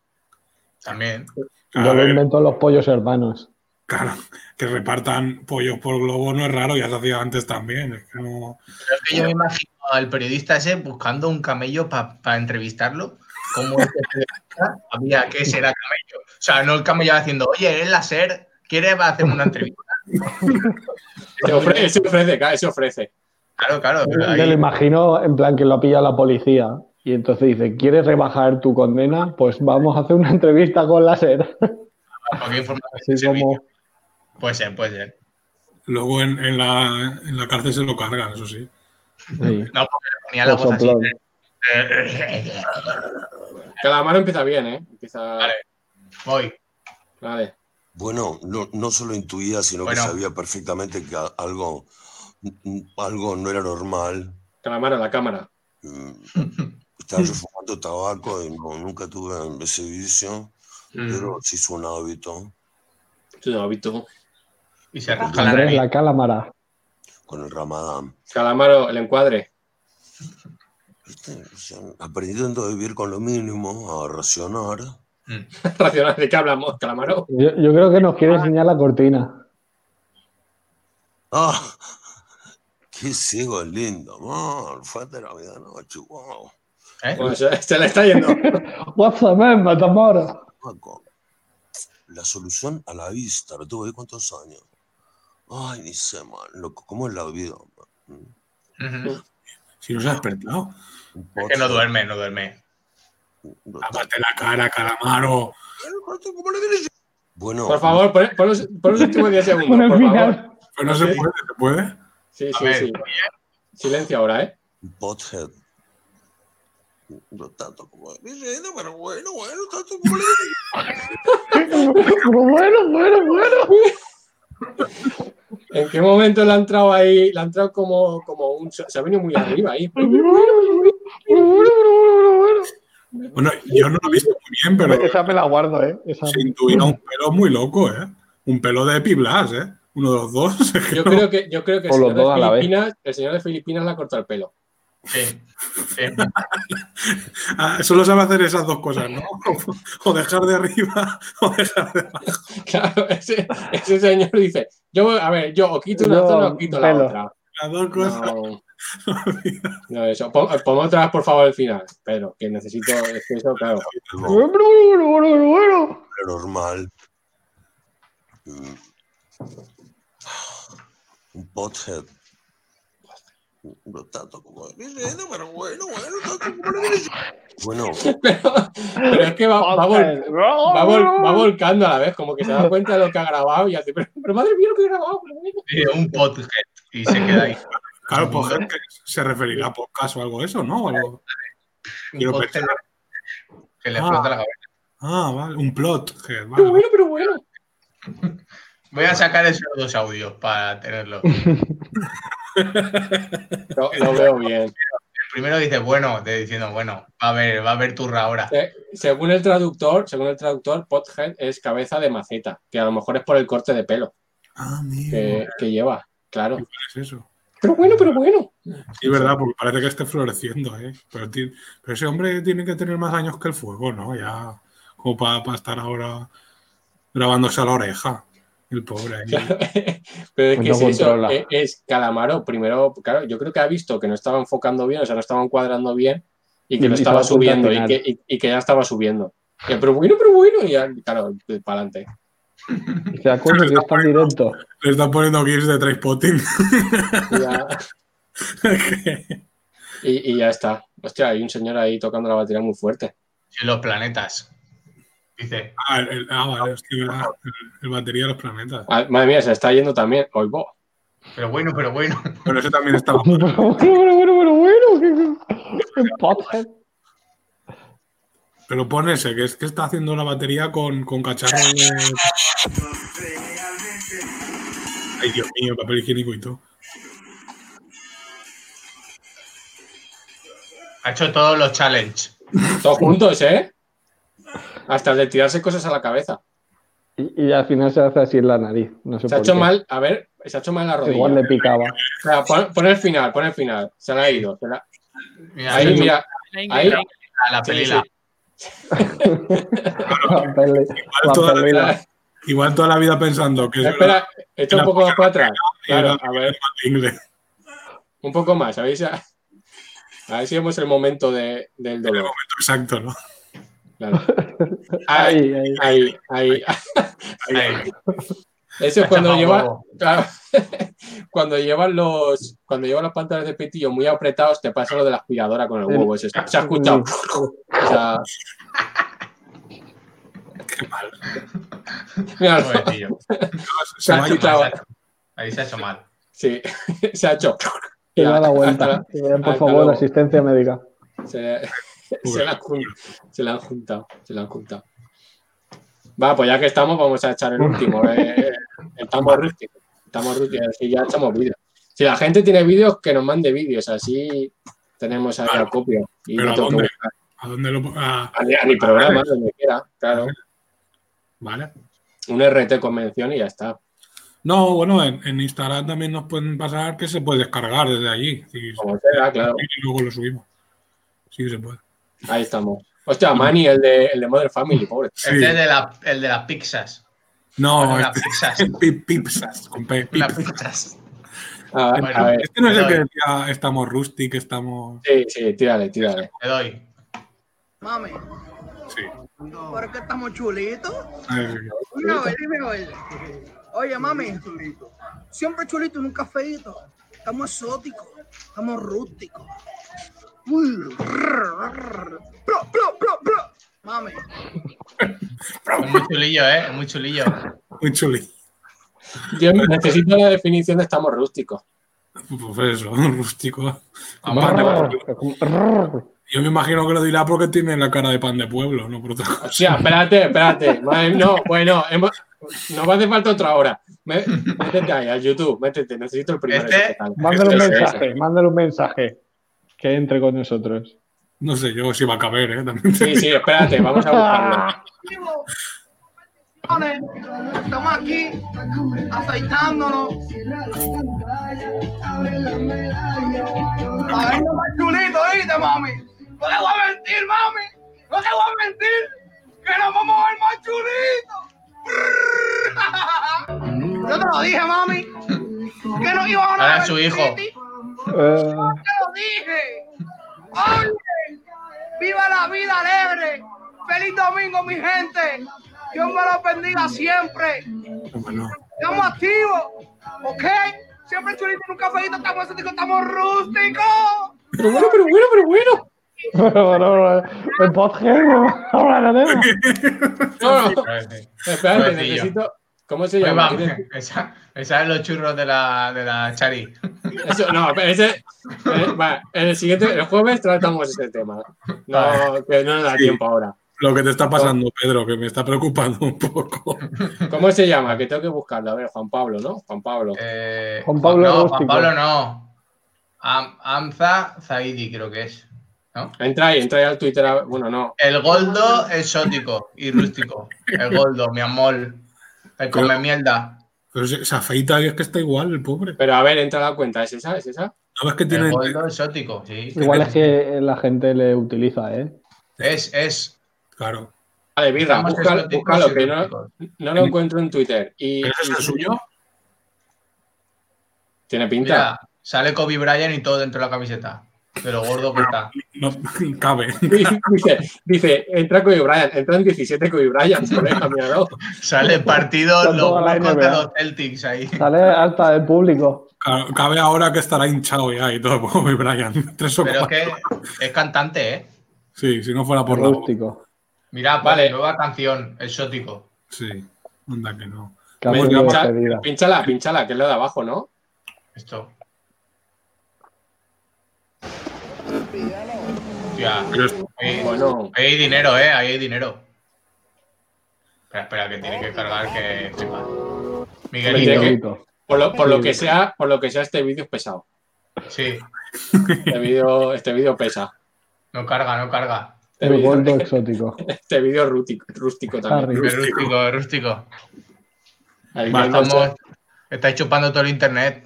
D: También.
B: A
C: Yo lo
B: ver,
C: invento los pollos hermanos.
B: Claro, que repartan pollos por globo no es raro, ya se hacía antes también. Es que no...
D: Pero es que yo me imagino al periodista ese buscando un camello para entrevistarlo. Como este periodista sabía que ese era camello. O sea, no el camello diciendo, oye, eres la SER, ¿quieres hacerme una entrevista?
A: <laughs> Se ofrece, se ofrece, claro, se ofrece.
C: <laughs>
D: Claro, claro.
C: Yo
D: ahí-
C: lo imagino en plan que lo ha pillado la policía. Y entonces dice, ¿quieres rebajar tu condena? Pues vamos a hacer una entrevista con láser.
D: cualquier información de
C: Así
D: servicio.
C: como...
D: Puede ser, puede ser.
B: Luego en, en la, en la cárcel se lo cargan, eso sí.
C: Sí. Pues
D: No, porque tenía la
C: Por
D: voz así.
C: soplón.
A: Calamaro empieza bien, ¿eh? Empieza.
D: Vale. <laughs> Voy.
A: Vale.
H: Bueno, no, no solo intuía, sino
D: Bueno.
H: que sabía perfectamente que a- algo, n- algo no era normal.
A: Calamaro, la cámara.
H: Mm, Estaba yo fumando tabaco y no, nunca tuve ese vicio,
D: Mm.
H: pero sí es un hábito.
A: Tú no, Vito.
D: Y se rasca la
C: Andrés,
D: nariz.
C: la cámara.
H: con el ramadán.
A: Calamaro, el encuadre. <laughs>
H: ¿viste? O sea, aprendiendo a vivir con lo mínimo, a racionar.
A: Racional, ¿de qué hablamos, Calamaro?
C: Yo, yo creo que nos quiere enseñar la cortina.
H: ¡Ah! ¡Qué ciego es lindo! man! Fue de la vida noche, wow.
D: ¿Eh?
A: Bueno, se, Pues, se le está yendo.
C: What's the man, Matamoros?
H: Paco, La solución a la vista, lo tuve ahí cuántos años. Ay, ni sé, man, loco, ¿cómo es la vida? man?
D: Ujú.
B: Si no se ha despertado.
D: Es que no duerme, Ah, no duerme.
H: No,
B: Aparte la cara, calamaro.
H: Bueno,
A: Por favor, pon, pon los, pon los últimos 10
C: Con
A: segundos,
C: el
A: por favor.
C: final.
B: Pero no se puede, se puede.
A: Sí,
D: A
A: sí,
D: ver,
A: sí. Silencio ahora, ¿eh?
H: Bothead. No tanto como dice, pero bueno, bueno, tanto como le dice.
C: bueno, bueno, bueno.
A: ¿En qué momento le ha entrado ahí? Le ha entrado como, como un. Se ha venido muy arriba ahí.
B: Bueno, yo no lo he visto muy bien, pero
C: Esa me la guardo, ¿eh? Esa-
B: se intuía un pelo muy loco, ¿eh? Un pelo de Piblas, ¿eh? Uno de los dos. <laughs> es que
A: Yo
B: no-
A: creo que, yo creo que el,
C: O los
A: señor de
C: dos a la vez.
A: Filipinas, el señor de Filipinas le ha cortado el pelo.
D: sí. Sí. <laughs>
B: Ah, solo sabe hacer esas dos cosas, ¿no? <laughs> O dejar de arriba <laughs> o dejar de abajo.
A: <laughs> Claro, ese, ese señor dice, yo, a ver, yo o quito una
C: Yo,
A: zona o quito
C: pelo.
A: la otra.
B: Las dos cosas.
A: No, no, eso. Pon, pon otra vez, por favor, al final. Pero que necesito es que eso, claro.
H: Algo
C: Bueno, bueno, bueno, bueno.
H: normal. Mm. Un pothead. Pero tanto como diciendo, pero bueno, bueno, tanto como lo dice. Bueno,
A: Pero, pero es que va, va, vol- va vol- va volcando a la vez, como que se da cuenta de lo que ha grabado y hace, pero, pero madre mía lo que he grabado. pero bueno".
D: Sí, un podcast y se queda ahí.
B: Claro, pues gente se referirá a podcast o algo de eso, ¿no? O algo-
D: Un
B: Quiero
D: podcast
B: pensar.
D: que le
B: Ah.
D: explota la cabeza.
B: Ah, vale, un plot. que- vale,
A: Pero
B: vale.
A: bueno, pero bueno.
D: Voy a sacar esos dos audios para
A: <laughs>
D: tenerlos.
A: Lo, lo veo bien.
D: El primero dice, bueno, te diciendo, bueno, va a ver, va a ver turra ahora.
A: Eh, Según el traductor, según el traductor, pothead es cabeza de maceta, que a lo mejor es por el corte de pelo
B: Ah, mira,
A: que, que lleva, claro.
B: es eso.
A: Pero bueno, pero bueno.
B: Sí, es verdad, porque parece que esté floreciendo, ¿eh? Pero, ti- pero ese hombre tiene que tener más años que el fuego, ¿no? Ya, como para estar ahora grabándose a la oreja, el pobre. ahí.
A: Pero es que
C: Pues No
A: es eso,
C: controla.
A: es, es Calamaro, primero, claro, yo creo que ha visto que no estaba enfocando bien, o sea, no estaba encuadrando bien y que
C: Y-
A: lo
C: y
A: estaba
C: estaba junto al
A: subiendo y
C: final.
A: que, y- y que ya estaba subiendo. Y, pero bueno, pero bueno, y ya, claro, para adelante.
C: Se da cuenta que está en directo.
B: Le están poniendo gears de Trainspotting.
C: <laughs>
A: Y ya, y- y ya está. Hostia, hay un señor ahí tocando la batería muy fuerte.
D: Y los planetas. Dice,
B: ah, el, el- ah, vale, hostia, verdad, el, el batería de los planetas.
A: Ah, Madre mía, se está yendo también. Hoy, bo.
D: pero bueno, pero bueno. <laughs>
B: Pero ese también estaba.
C: Pero bueno, pero bueno, pero bueno. que- que- Podcast.
B: Pero pon ese, que es que está haciendo la batería con, con cacharros de. Ay, Dios mío, papel higiénico y todo.
D: Ha hecho todos los challenges.
A: Todos juntos, ¿eh? Hasta el de tirarse cosas a la cabeza.
C: Y, y al final se hace así en la nariz. No sé
A: Se ha
C: por
A: hecho
C: qué.
A: mal, a ver, se ha hecho mal la rodilla.
C: Igual le picaba.
A: O sea, pon, pon el final, pon el final. Se la ha ido. se la-
D: Mira,
A: Ahí, mira.
E: La
A: Ahí.
E: ingle-
D: la- la
A: sí,
D: pelila.
A: sí.
C: La pele- la
B: toda la
C: pelea.
B: Igual toda la vida pensando que es verdad
A: Espera, echa un poco más para atrás.
B: y era
A: Claro, a ver,
B: en inglés.
A: un poco más. A ver si, a ver si vemos el momento de- del dolor.
B: Exacto, ¿no?
A: claro. Ahí,
C: Ahí, ahí.
A: ahí, ahí.
D: Ahí.
A: Eso es cuando
D: Chapao,
A: lleva, <laughs>
D: bobo.
A: Claro. Cuando llevan los cuando llevan los pantalones de petillo muy apretados, te pasa lo de la aspiradora con el huevo. Se, se
C: <laughs>
A: ha escuchado. O sea, mira,
D: Pobre tío.
B: Se
A: Ah,
B: va a
A: sí,
B: ir-
A: claro.
D: Ahí se ha hecho mal.
A: sí, <laughs> se ha hecho.
C: Se da la vuelta.
A: Hasta-
C: Por
A: hasta
C: favor,
A: luego.
C: asistencia médica.
A: Se, <laughs> se la, han jun- se la han juntado. Se la han juntado. Va, pues ya que estamos, vamos a echar el último. eh, el tambo rústico. El tambo rústico, así ya echamos vídeos. Si la gente tiene vídeos, que nos mande vídeos. Así tenemos ahí la
B: Claro.
A: copia. Y
B: Pero
A: no
B: ¿a
A: tengo que
B: dónde?
A: buscar.
B: ¿A dónde lo.? ah,
A: A mi, a mi programa, donde quiera, claro.
B: vale.
A: Un RT convención y ya está.
B: No, bueno, en, en Instagram también nos pueden pasar que se puede descargar desde allí. Si-
D: Oh.
A: Como sea, claro.
B: Y luego lo subimos. Sí, se puede.
A: Ahí estamos. Hostia, Manny, el de, el de Mother Family, pobre.
B: Sí.
D: Este es de la- el de las pizzas.
B: No,
D: Bueno, las
B: este
A: <laughs>
D: pizzas.
B: es Pip- Pipsas, con P,
D: Las
B: Pip.
D: pizzas.
A: A, a
D: Bueno.
A: ver,
B: Este no es el
D: Pero-
B: que decía estamos rustic, estamos.
A: sí, sí, tírale, tírale.
D: Te doy.
G: Mami,
B: Sí.
G: ¿por qué estamos chulitos?
B: Eh,
G: Mira, a ver, dime, a ver. Oye, mami, siempre chulito, nunca feito. Estamos exóticos, estamos rústicos. Uy, rrr, Pro, pro, pro, pro. Mami,
D: Es muy chulillo, ¿eh? Es
A: <laughs>
D: muy chulillo.
B: Muy chuli.
A: Yo necesito la definición de estamos rústicos.
B: Pues eso, <laughs> rústico.
D: Vamos,
B: Yo me imagino que lo dirá porque tiene la cara de pan de pueblo, no por otra cosa.
A: Hostia, espérate, espérate. Madre- no, bueno, hemos, nos va a hacer falta otra hora. Me- métete ahí, al YouTube, métete, necesito el primero.
D: Este-
A: Dale.
C: Mándale un
A: Este-
C: mensaje, mándale un mensaje. Que entre con nosotros.
B: No sé yo si va a caber, ¿eh? También <laughs>
A: Sí, sí, espérate, vamos a buscarlo.
D: <laughs>
G: vivo. Estamos aquí aceitándonos. Para vernos más chulitos, ¿oíste, mami? No te voy a mentir, mami. No te voy a mentir. Que nos vamos a ver más chulitos. Yo te lo dije, mami. Que nos íbamos a
D: Ahora
G: ver
D: su hijo.
G: chulitos.
C: Eh, <laughs>
G: Te lo dije. Oye, viva la vida alegre. Feliz domingo, mi gente. Dios me los bendiga siempre.
B: bueno.
G: Estamos activos, ¿ok? Siempre chulito en un cafecito, estamos exóticos, estamos rústicos.
A: Pero bueno, pero bueno, pero bueno.
C: El eh, podcast, <laughs> ahora lo tenemos.
A: No, no.
D: Hoy
A: Espérate,
D: Pobrecillo.
A: necesito. ¿Cómo se llama?
D: va, <laughs> esa, esa es los churros de la, de la Chari.
A: Eso, no, pero ese. eh, va, en el siguiente, el jueves tratamos ese tema. No, que no nos da
B: Sí.
A: tiempo ahora.
B: Lo que te está pasando, Pedro, que me está preocupando un poco.
A: ¿Cómo se llama? Que tengo que buscarlo. A ver, Juan Pablo, ¿no? Juan Pablo.
D: Eh,
C: Juan Pablo
D: No,
C: Rústico.
D: Juan Pablo no. Am- Amza Zaidi creo que es.
A: Entra ahí, entra ahí al Twitter. a- Bueno, no.
D: El goldo exótico y rústico. El goldo, mi amor. El come mierda.
B: Pero se, se afeita y es que está igual, el pobre.
A: Pero a ver, entra a la cuenta. ¿Es esa? ¿Es esa?
B: No es que tiene.
D: El goldo exótico, sí.
C: Igual es que la gente le utiliza, ¿eh?
D: Es, es.
B: Claro.
A: Vale, birra,
D: Estamos
A: búscalo,
D: exóticos
A: búscalo,
D: y
A: que no,
D: rústicos.
A: no lo encuentro en Twitter. Y,
B: ¿Pero ese es el
A: y-
B: suyo?
A: ¿Tiene pinta?
D: Mira, sale Kobe Bryant y todo dentro de la camiseta. De lo gordo
A: <laughs>
D: que está.
B: No, <laughs> cabe.
A: dice, dice, entra Kobe Bryant, entra en 17 Kobe Bryant, colega, míralo.
D: Sale partido
C: Está
D: los
C: toda la
D: huecos de
C: NBA.
D: los Celtics ahí.
C: Sale alta del público.
B: Ca- Cabe ahora que estará hinchado ya y todo, <laughs> pobre Brian. Tres o
D: Pero es
B: cuatro.
D: que es cantante, ¿eh?
B: Sí, si no fuera por la voz.
C: Rústico.
D: Mira,
A: Vale.
D: vale. nueva canción, exótico.
B: Sí, anda que no.
C: Que ha
A: Me
C: sido
A: encanta.
C: despedida.
A: Pinchala, pinchala, que es la de abajo, ¿no?
D: Esto. Hostia,
B: Pero es-
D: ahí,
A: Bueno,
D: ahí hay dinero, eh, ahí hay dinero. Espera, espera, que tiene que cargar que flipa.
A: Me
C: Un
A: tiene
D: Miguelito,
A: que-
C: poquito.
A: por lo, por lo que sea, por lo que sea, este vídeo es pesado.
D: sí,
A: Este vídeo, este vídeo pesa.
D: no carga, no carga.
A: Este
C: El
A: vídeo,
C: gordo exótico.
A: este vídeo rútico- rústico también.
C: Harry.
D: Es rústico, es rústico.
A: Hay que,
D: Estamos, estáis chupando todo el internet.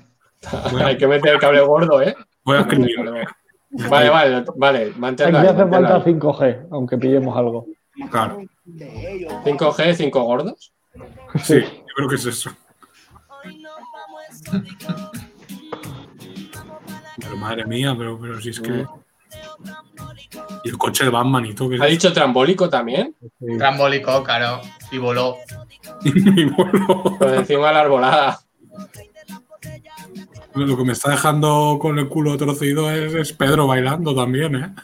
A: hay que meter el cable gordo,
B: <laughs>
A: ¿eh?
B: Voy a escribir.
A: <laughs> Vale, vale, vale,
C: Aquí
A: manténlo ahí,
C: hace
A: manténlo
C: falta
A: ahí.
C: 5G, aunque pillemos algo.
B: Claro.
A: 5G, 5 gordos.
B: Sí, yo creo que es eso. Pero madre mía, pero, pero si es que. Y el coche de Batman y todo. Que
A: ¿Ha dicho trambólico también?
D: Trambólico, claro. Y voló.
B: <laughs> Y bueno,
A: Por encima de la arbolada.
B: lo que me está dejando con el culo trocido es, es Pedro bailando también, ¿eh?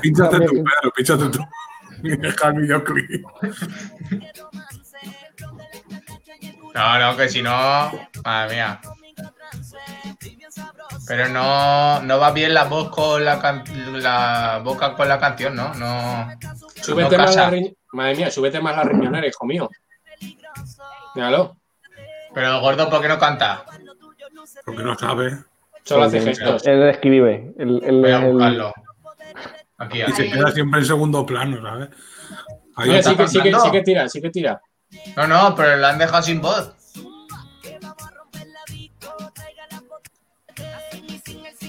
B: Pínchate tú, Pedro, pínchate tú. Y deja el videoclip.
D: No, no, que si no. Madre mía. Pero no, no va bien la voz con la, can- la boca con la canción, ¿no? No.
A: Súbete
D: No
A: más
D: casa.
A: la riñ- Madre mía, súbete más la riñonera, hijo mío. Míralo.
D: Pero el gordo, ¿por qué no canta?
B: Porque no sabe.
A: Solo hace
C: Porque
A: gestos.
C: Él escribe. El, el-
D: Voy a
C: el-
D: buscarlo. Aquí,
B: Y se
D: aquí.
B: queda siempre en segundo plano, ¿sabes? Ahí
A: Mira,
B: está.
A: sí que, sí, que,
D: cantando.
A: sí que tira, sí que tira.
D: No, no, pero la han dejado sin voz.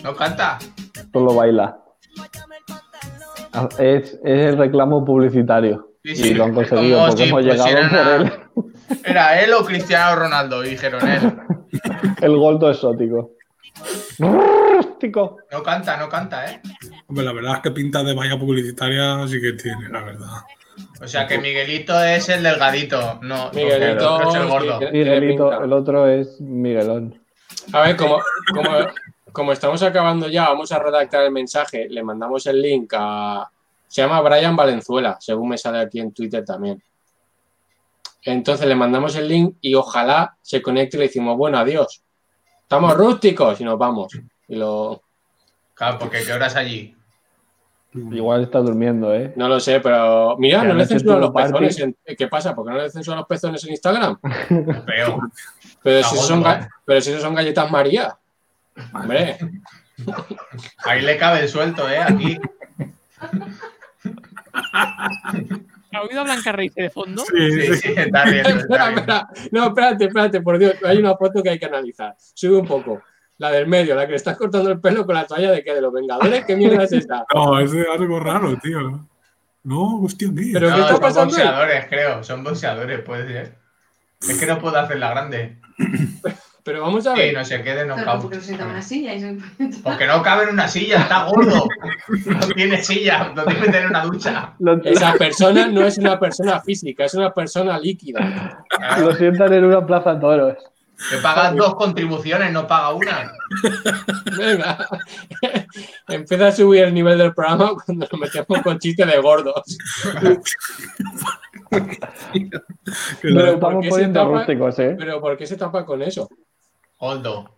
D: No canta.
C: solo baila. Ah, Es, es el reclamo publicitario.
D: Sí,
C: Y
D: sí,
C: lo han
D: es
C: conseguido
D: como
C: porque
D: si
C: hemos llegado por
D: pusieran
C: él.
D: a- Era él o Cristiano Ronaldo, y dijeron él.
C: El gordo exótico. Rústico.
D: No canta, no canta, ¿eh?
B: Hombre, la verdad es que pinta de valla publicitaria sí que tiene, la verdad.
D: O sea que Miguelito es el delgadito. No,
A: Miguelito,
D: no, es el gordo.
A: sí, Tiene
C: Miguelito,
A: pinta.
C: el otro es Miguelón.
A: A ver, como, como, como estamos acabando ya, vamos a redactar el mensaje. Le mandamos el link a. Se llama Brian Valenzuela, según me sale aquí en Twitter también. Entonces le mandamos el link y ojalá se conecte y le decimos, bueno, adiós. Estamos rústicos y nos vamos. Y lo,
D: Claro, porque ¿qué horas allí? Mm.
C: Igual está durmiendo, ¿eh?
A: no lo sé, pero. Mira,
C: Que
A: no le
C: anoche
A: censuran
C: tuvo
A: los pezones.
C: party.
A: en- ¿Qué pasa? ¿Por qué no le censuran los pezones en Instagram?
D: Peor.
A: Pero
D: La
A: si, eso son,
D: bomba.
A: ga- pero si eso son galletas María. Hombre,
D: Ahí le cabe el suelto, ¿eh? Aquí.
E: ¿Ha oído a Blanca Reis de
A: <laughs>
E: fondo?
D: Sí, sí, está
A: <laughs>
D: riendo.
A: espera,
D: Está riendo.
A: espera. No, espérate, espérate, por Dios. Hay una foto que hay que analizar. Sube un poco. La del medio, la que le estás cortando el pelo con la toalla de que de los Vengadores, ¿qué mierda es esta?
B: No, es de algo raro, tío. No, hostia, ¿qué?
A: Pero- ¿qué
D: No,
A: está
D: son
A: pasando ahí?
D: boxeadores, creo. Son boxeadores, puede ser. Es que no puedo hacerla grande.
A: Pero vamos a
D: Sí,
A: ver.
D: no se quede no
I: Claro, porque no se una silla y se...
D: Porque no cabe en una silla, está gordo. No tiene silla, no tiene que tener una ducha.
C: Lo,
A: Esa persona no es una persona física, es una persona líquida.
D: Claro.
C: lo sientan en una plaza de toros.
D: Que pagas dos contribuciones, no paga una.
A: Venga. <laughs> Empieza a subir el nivel del programa cuando nos metemos con chistes de gordos.
B: Que
A: Pero
B: no-
A: ¿por
C: estamos
A: qué se
C: poniendo
A: tapa?
C: rústicos,
A: <laughs>
C: ¿eh?
A: Pero ¿por qué se tapa con eso?
D: Holdo.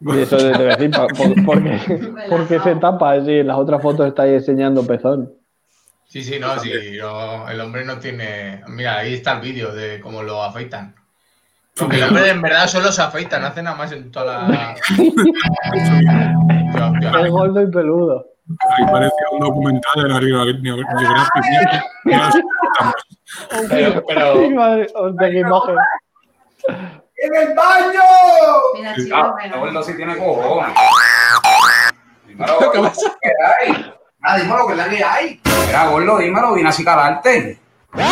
C: Y eso de de decir, pa- por- porque, porque se tapa así, en las otras fotos está ahí enseñando pezón.
D: Sí, sí, no, sí. no, el hombre no tiene. Mira, ahí está el vídeo de cómo lo afeitan. Porque el hombre en verdad solo se afeita, no hace nada más en toda la. Hostia, hostia.
C: Es gordo y peludo.
B: Ahí parecía un documental de la Rio- Rio- Geographic.
A: <laughs>
B: Mira,
A: Pero,
C: Ay,
A: pero
C: madre, hostia, qué imagen.
I: ¡En el baño!
J: Mira,
B: Sí.
J: chicos,
I: Ah,
J: bueno.
I: Eduardo sí tiene cojones. Dímelo,
A: ¿qué
I: Gordo,
A: pasa?
I: ¿qué hay? Ah, dímelo, que es la que hay. Era Gordo, dímelo, vine a acicalarte.
D: Pero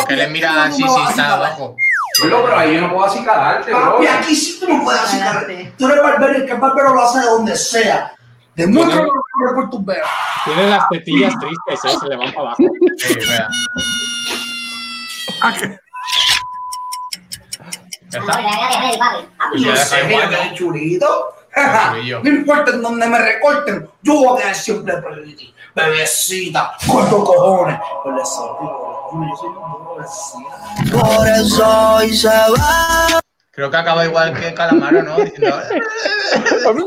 D: porque le mira así, sí, está abajo.
I: Gordo, pero ahí yo no puedo acicalarte, bro.
K: Papi, aquí sí tú no puedes hacer nada.
J: Adelante.
F: <laughs>
K: Tú eres barbero y el que es barbero lo hace de donde sea. Demuestra
A: Bueno.
K: que por tus veas.
A: tiene las tetillas tristes, ¿eh? se le van para abajo.
D: Sí, mira. Ya está. Pues ya
K: No
D: deja
K: sé,
D: el
K: mira
D: guayo.
K: que chulito.
D: chulo.
K: No importa en donde me recorten, yo voy a quedar siempre perdido. Bebecita, con tus cojones. Por eso, yo soy un bebecita. Por eso hoy se va.
D: Creo que acaba igual que Calamaro, ¿no? Diciendo,
C: Pero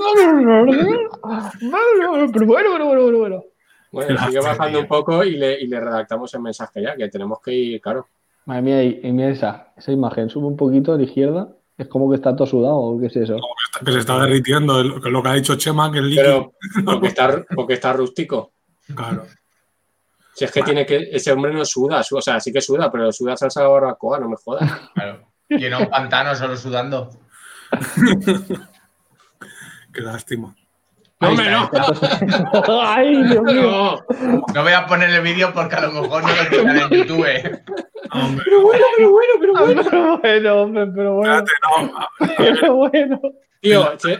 C: bueno, bueno, bueno, bueno, bueno.
A: Bueno, sigue bajando un poco y le, y le redactamos el mensaje ya, que tenemos que ir, claro.
C: Madre mía, y, y mira esa, esa imagen, sube un poquito a la izquierda, es como que está todo sudado, o qué es eso.
B: que se está derritiendo el- que lo que ha dicho Chema, que el líquido.
A: Pero porque está, porque está rústico.
B: Claro.
A: Si es que tiene que, ese hombre no suda, su- o sea, sí que suda, pero suda salsa de barbacoa, no me jodas.
D: claro, y en un pantano solo sudando.
B: Qué lástima.
A: No,
D: Ahí
A: hombre,
D: está,
A: no.
D: ahí está.
C: ¡Ay, Dios mío!
A: No,
D: No voy a poner el vídeo porque a lo mejor no lo quitan en YouTube.
B: Hombre,
C: Pero bueno, hombre, pero bueno,
B: espérate, no. ah,
C: pero bueno.
A: tío, che-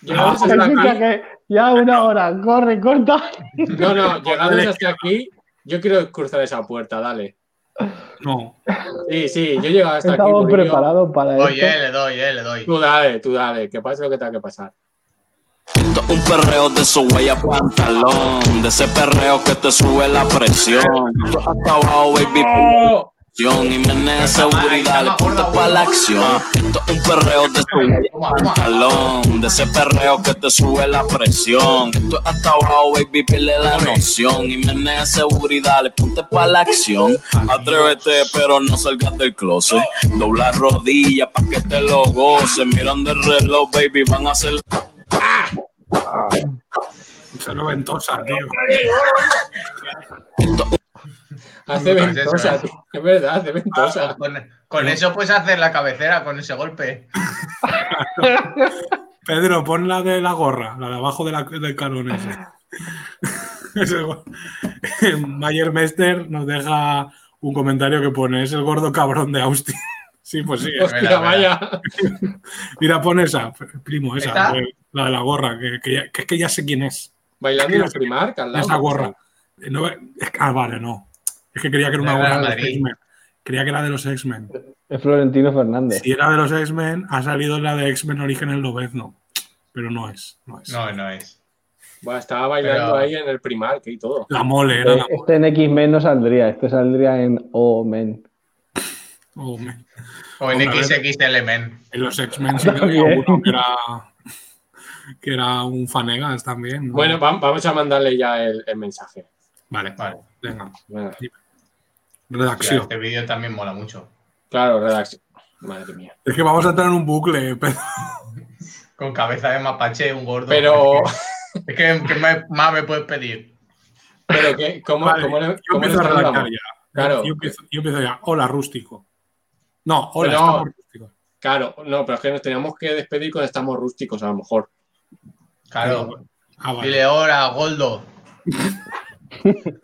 A: llegados hasta
C: Resulta
A: aquí,
C: que ya una hora, corre, corta.
A: no, no, llegados hasta aquí, yo quiero cruzar esa puerta, dale.
B: No.
A: Sí, sí, yo he llegado hasta aquí.
C: Estamos
A: Murillo.
C: preparados para
D: Oye,
C: esto.
D: le doy, eh, le doy.
A: Tú dale, tú dale, que pase lo que tenga que pasar.
L: Un perreo de su huella pantalón, de ese perreo que te sube la presión. Hasta abajo, baby,
A: ¡Oh!
L: presión. Y menea ese booty, dale, ponte pa' la acción. Esto es un perreo de su huella
D: Toma, toma.
L: pantalón, de ese perreo que te sube la presión. Esto es hasta abajo, baby, pierde la noción. Y menea ese booty, dale, ponte pa' la acción. Atrévete, pero no salgas del closet. Dobla rodillas pa' que te lo goces. Mirando el reloj, baby, van a hacer
B: Solo ventosa, tío.
A: Hace
D: Pues eso,
A: ventosa,
D: eso.
A: tío. Es verdad, hace ventosa.
D: Con, con eso puedes hacer la cabecera, con ese golpe.
B: Pedro, pon la de la gorra, la de abajo de la- del carón ese. <laughs> Es el go- <laughs> Mayer Mester nos deja un comentario que pone: es el gordo cabrón de Austin. <laughs> Sí, pues sí.
A: <laughs>
D: Pues-
A: Hostia,
D: verdad,
A: vaya.
B: Mira, pon esa, primo, esa, pues,
D: ¿Esta?
B: la de la gorra, que, que ya, que es que ya sé quién es.
A: Bailando en el primar,
B: Esa gorra. Eh, no, es que- ah, vale, no. Es que creía que era una
D: Era
B: gorra
D: de
B: de los
D: Madrid.
B: X-Men. Creía que era de los X-Men.
C: Es Florentino Fernández.
B: Si era de los X-Men, ha salido la de X-Men Origen Lobezno. Pero no es, no es.
D: No, no es.
A: Bueno, estaba bailando
D: Pero-
A: ahí en el primar, que y todo.
B: La mole era
C: Eh, <laughs>
B: la
C: Este en X-Men no saldría, este saldría en O-Men.
B: Oh, me-
D: O en
B: Hombre, a ver.
D: XXL Men.
B: En los X-Men sí que había
C: También.
B: uno que era, que era un fanegas también. ¿no?
A: Bueno, va- vamos a mandarle ya el, el mensaje.
B: vale,
D: Vale.
B: venga.
A: Bueno,
D: Hostia,
B: Redacción.
D: este vídeo también mola mucho.
A: claro, redacción. Madre mía.
B: Es que vamos a entrar en un bucle, <laughs> Pedro.
D: Con cabeza de mapache, un gordo.
A: Pero,
D: Es que, ¿qué me- más me puedes pedir?
A: <laughs> pero que, ¿cómo,
B: Vale,
A: cómo le-
B: yo
A: cómo le
B: empiezo a redactar
A: saludamos?
B: ya.
A: Claro.
B: Yo, empiezo, yo empiezo ya. Hola, rústico. No, hola,
A: Pero-
B: estamos rústicos.
A: Claro, no, pero es que nos teníamos que despedir cuando estamos rústicos, a lo mejor.
D: Claro.
B: Ah, vale.
D: Dile ahora,
A: <laughs>
D: Goldo. Goldo,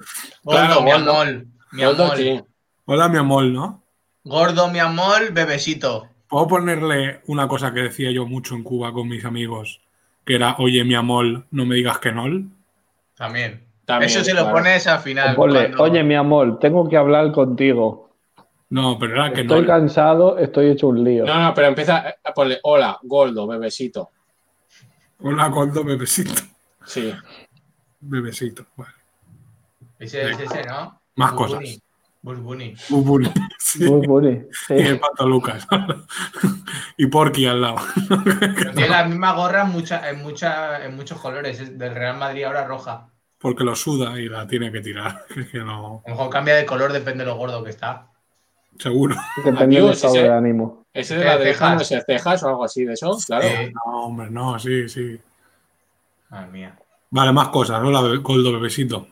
A: Claro,
D: mi
A: Goldo.
D: amor. Mi
A: Gordo,
D: amor.
A: sí.
B: Hola, mi amor, ¿no?
D: Gordo, mi amor, bebesito.
B: ¿Puedo ponerle una cosa que decía yo mucho en Cuba con mis amigos? Que era, oye, mi amor, no me digas que no.
D: También.
A: También,
D: Eso si lo
A: claro.
D: pones al
C: Pues
D: final.
C: Ponle,
D: cuando-
C: oye, mi amor, tengo que hablar contigo.
B: No, pero era que
C: Estoy
B: no.
C: cansado, estoy hecho un lío.
A: No, no, pero empieza eh, a ponerle hola, gordo, bebecito.
B: Hola, gordo, bebecito.
A: Sí.
B: Bebecito. Vale.
D: Ese es ese, ¿no?
B: Más
D: Bugs
B: cosas.
D: Bunny. Bugs Bunny.
B: Bubuli. Sí. <laughs> Y el pato Lucas. y Porky al lado.
D: Tiene la misma gorra en, mucha- en, mucha- en muchos colores. Es del Real Madrid ahora roja.
B: Porque lo suda y la tiene que tirar. <laughs> Es que no.
D: A lo mejor cambia de color, depende de lo gordo que está.
B: Seguro.
C: Depende
A: Amigo,
C: del estado
A: sí, sí.
C: de ánimo.
A: Ese de la de
D: Cejas.
A: Jano, cejas o algo así de eso, claro.
D: Eh,
B: No, hombre, no, sí, sí.
D: madre mía.
B: Vale, más cosas. Hola, be- gordo, bebecito.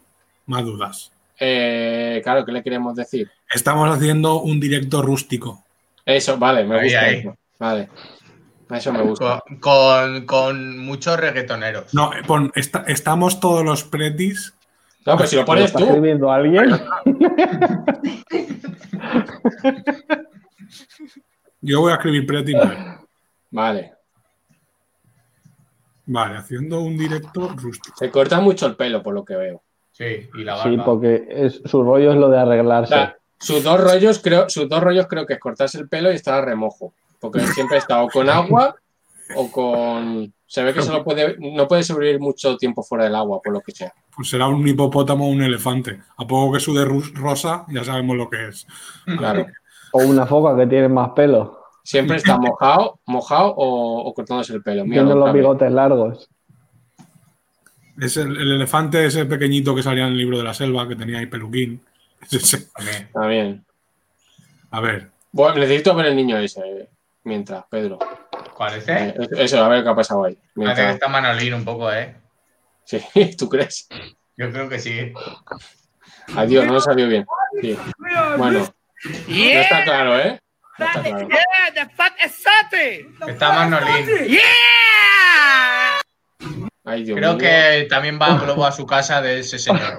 B: Más dudas.
A: Eh, claro, ¿qué le queremos decir?
B: Estamos haciendo un directo rústico.
A: Eso, vale, me
D: Ahí,
A: gusta.
D: ahí. pues.
A: eso. Vale. Eso me gusta.
D: Con, con- con muchos reggaetoneros.
B: No, eh, pon, esta- estamos todos los pretis.
A: No, pero si lo
C: ¿Lo
A: pones
C: está <laughs>
A: tú.
C: escribiendo alguien?
B: Yo voy a escribir pretis. mal.
A: Vale.
B: Vale, haciendo un directo rústico.
A: Se corta mucho el pelo, por lo que veo.
D: Sí, y la
C: Sí,
D: barba.
C: porque es- su rollo es lo de
A: O
C: arreglarse.
A: sea, sus dos rollos creo, sus dos rollos creo que es cortarse el pelo y estar a remojo. Porque siempre está o con agua o con. Se ve que solo puede, no puede sobrevivir mucho tiempo fuera del agua, por lo que sea.
B: Pues será un hipopótamo o un elefante. A poco que sude rus- rosa, ya sabemos lo que es.
A: Claro.
C: O una foca que tiene más pelo.
A: Siempre está mojado, mojado o, o cortándose el pelo. Mira,
C: Tiene los
A: Octavio.
C: bigotes largos.
B: Es el, el elefante ese pequeñito que salía en el libro de la selva, que tenía ahí peluquín. <laughs> Es ese.
D: También.
A: Está bien.
B: A ver,
A: Bueno, necesito ver el niño ese. eh, Mientras, Pedro.
D: ¿Cuál es?
A: Eh,
D: eh?
A: Eso, a ver qué ha pasado ahí.
D: Parece que
A: Mientras-
D: está Manolín un poco, ¿eh?
A: Sí, <laughs> ¿tú crees?
D: Yo creo que sí.
A: Adiós, no salió bien. Sí. Bueno, no
E: Yeah,
A: está claro, ¿eh? No
E: that-
A: está claro.
E: yeah, the fuck is that?
D: Está Manolín.
E: Yeah.
A: Ay, Dios
D: Creo
A: mío.
D: que también va Globo a su casa de
A: <laughs>
D: ese señor.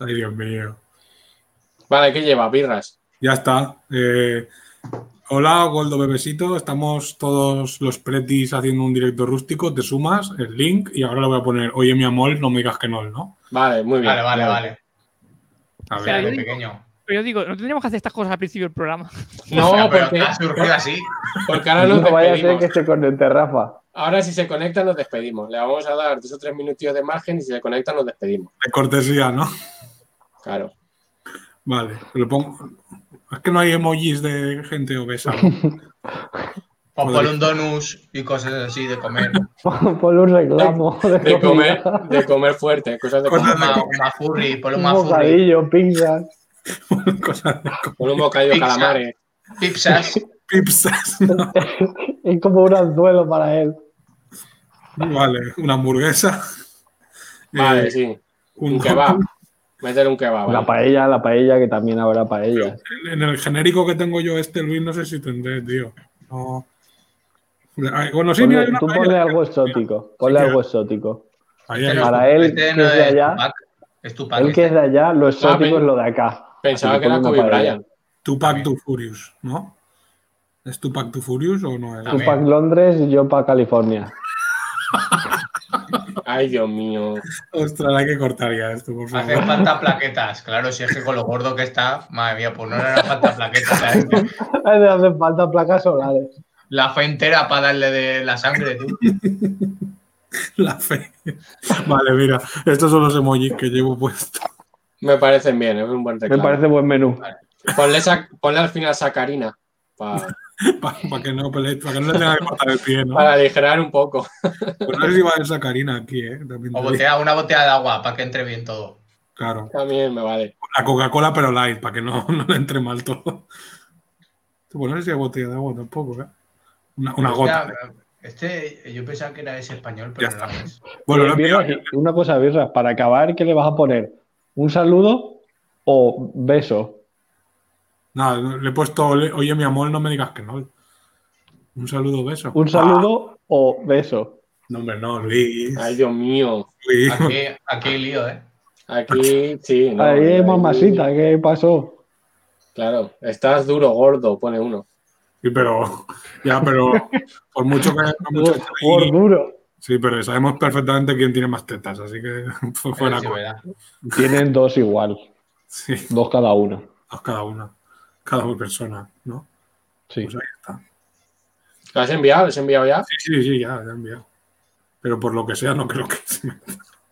B: ay Dios mío.
A: Vale, ¿qué lleva? Birras.
B: Ya está. Eh, hola, Goldo Bebesito. Estamos todos los pretis haciendo un directo rústico. Te sumas el link y ahora lo voy a poner. Oye, mi amor, no me digas que no, ¿no?
A: Vale, muy bien.
D: Vale, vale, vale.
B: A
D: O
B: ver,
D: sea,
E: yo
D: de
E: digo-
D: pequeño.
E: Pero yo digo, no tendríamos que hacer estas cosas al principio del <laughs> programa.
D: <laughs> O sea,
A: No,
D: pero
A: porque,
D: ha surgido así.
A: porque ahora
C: No <laughs>
A: nos
C: vaya a ser
A: despedimos.
C: que se conecte Rafa. <laughs>
A: Ahora si se conecta nos despedimos. Le vamos a dar dos o tres minutillos de margen y si se conecta nos despedimos.
B: de cortesía, ¿no?
A: Claro.
B: Vale, lo pongo. Es que no hay emojis de gente obesa.
A: <laughs>
D: O por un donus y cosas así
A: <laughs>
D: de comer.
C: Por un reclamo. De,
A: De comer,
C: comida.
A: de comer fuerte, cosas de comer.
D: Una, una furry, por
C: Un
D: una furry.
C: bocadillo, pizzas.
B: Cosas de
A: Con un bocadillo de
D: Pizza.
A: calamares.
D: Pizzas.
C: <laughs>
B: pizzas.
C: Es como un anzuelo para él.
B: Vale, una hamburguesa.
A: <laughs> Vale,
B: Eh,
A: sí.
B: un-
A: Un kebab. Meter un kebab.
C: Mm. La
A: vale.
C: paella, la paella, que también habrá paella.
B: <laughs> En el genérico que tengo yo este, Luis, no sé si tendré, tío. No. Ay, Bueno, sí, mira, hay
C: Ponle-
B: una
C: tú
B: paella.
C: ponle algo exótico. Ponle
B: Sí,
C: algo exótico.
B: Ahí
D: Este
B: hay
D: no
B: una-
C: Para él,
D: este
C: que es de allá.
D: Tupac, Es tu
C: Él que es de allá, lo exótico
A: pero-
C: es lo de acá.
A: Pensaba
C: Así
A: que era
C: ponle
A: Kobe
C: una paella.
A: Bryant.
B: Tupac to Furious, ¿no? ¿Es Tupac to Furious o no es?
D: Ah.
C: Tú para
D: Amén.
C: Londres y yo para California.
B: <laughs>
A: Ay, Dios mío.
B: Ostras, hay que cortar ya esto, por favor.
D: Hacen falta plaquetas. Claro, si es que con lo gordo que está, madre mía, pues no le harán falta plaquetas. a este.
C: Le hacen falta placas solares.
D: La fe entera para darle de la sangre, tú.
B: <laughs> La fe. Vale, mira, estos son los emojis que llevo puesto.
A: Me parecen bien, es un buen
C: Me
A: reclamo.
C: parece buen menú.
A: Ponle, sa- ponle al final sacarina. pa-
B: Para que no peleéis, para que no le tenga que cortar el pie, ¿no?
A: Para aligerar un poco.
B: Pues no sé si va a haber sacarina aquí, ¿eh? También te
D: O
B: digo.
D: botea, una botella de agua para que entre bien todo.
B: Claro.
A: También me vale.
B: La Coca-Cola, pero light, para que no, <laughs> no le entre mal todo. Pues no sé si hay botella de agua tampoco, ¿eh? Una, una
D: O sea,
B: gota.
D: Este, yo pensaba que era ese español, pero
B: Ya
D: no es.
C: pues
B: Bueno, lo he
C: Birras
B: enviado.
C: y- una cosa, birras, para acabar, ¿qué le vas a poner? ¿Un saludo o beso?
B: Nada, le he puesto, ole- oye, mi amor, no me digas que no. Un saludo, beso. Ah,
C: ¿Un saludo o beso?
B: No, hombre, no, Luis.
A: Ay, Dios mío.
B: Luis.
D: Aquí, aquí hay lío, ¿eh?
A: Aquí, sí. no,
C: Ahí,
A: ahí-
C: mamacita, ¿qué pasó?
A: Claro. Estás duro, gordo, pone uno.
B: Sí, pero, ya, pero por mucho que. por mucho que esté ahí-
C: Por duro.
B: sí, pero sabemos perfectamente quién tiene más tetas, así que <laughs> fue fuera.
D: Sí,
B: co-
D: verdad.
C: Tienen dos igual. Dos cada uno.
B: Dos cada una. Cada una persona, ¿no?
C: Sí.
B: Pues ahí está.
A: ¿Lo has enviado? ¿Lo has enviado ya?
B: Sí, sí, sí, ya, ya he enviado. Pero por lo que sea, no creo que se me...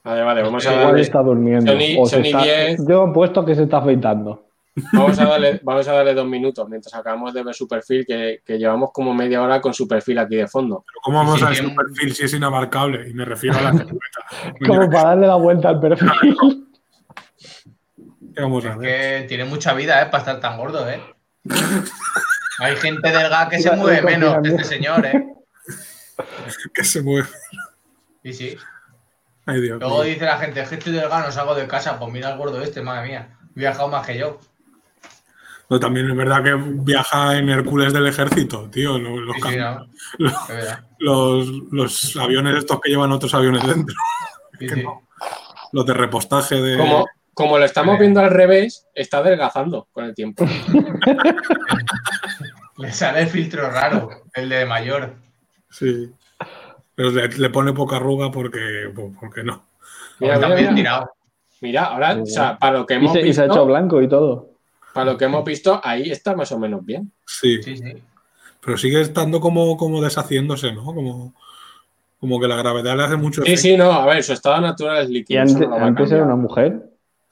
A: Vale, vale, vamos a
C: Igual
A: darle,
C: está durmiendo.
A: Sony-
C: o se
A: Sony
C: está-
A: 10.
C: Yo apuesto que se está
A: <laughs>
C: afeitando.
A: vamos, a darle, vamos a darle dos minutos mientras acabamos de ver su perfil, que, que llevamos como media hora con su perfil aquí de fondo.
B: ¿Cómo vamos
A: Sí,
B: a ver
A: bien.
B: su perfil si es inabarcable? Y me refiero
A: <laughs>
B: a la silueta.
C: Como para darle la vuelta al perfil.
B: ¿Qué vamos a ver?
D: Que tiene mucha vida, ¿eh? Para estar tan gordo,
B: <laughs>
D: ¿eh? Hay gente delgada que se mueve menos que este señor, ¿eh?
B: <laughs> Que se mueve.
D: Sí, sí.
B: Ay, Dios
D: Luego
B: mío.
D: dice la gente, es que estoy delgado, no salgo de casa. Pues mira el gordo este, madre mía. He viajado más que yo.
B: No, también es verdad que viaja en Hércules del ejército, tío. lo- Los,
D: Sí, sí,
B: cam-
D: ¿no?
B: los,
D: Es verdad.
C: <laughs>
B: los- los aviones estos que llevan otros aviones dentro. <laughs>
D: Sí, sí.
B: Los de repostaje de.
A: Como, como lo estamos viendo al revés, está adelgazando con el tiempo.
D: Le sale el filtro raro, el de mayor.
B: Sí. Pero le, le pone poca arruga porque, po- porque no.
A: Mira,
D: Está
A: mira,
D: bien
A: mira.
D: tirado.
A: Mira, ahora, o sea, para lo que
C: Y
A: <laughs> hemos
C: se, y se ha hecho
A: visto,
C: blanco y todo.
A: para lo que hemos visto, ahí está más o menos bien.
B: Sí.
D: Sí, sí.
B: Pero sigue estando como, como deshaciéndose, ¿no? Como, como que la gravedad le hace mucho
A: Sí, sí, no, a ver, su estado natural es
C: Y
A: líquido.
C: ante- antes,
A: eso no lo va a
C: era una
A: cambiar.
C: mujer.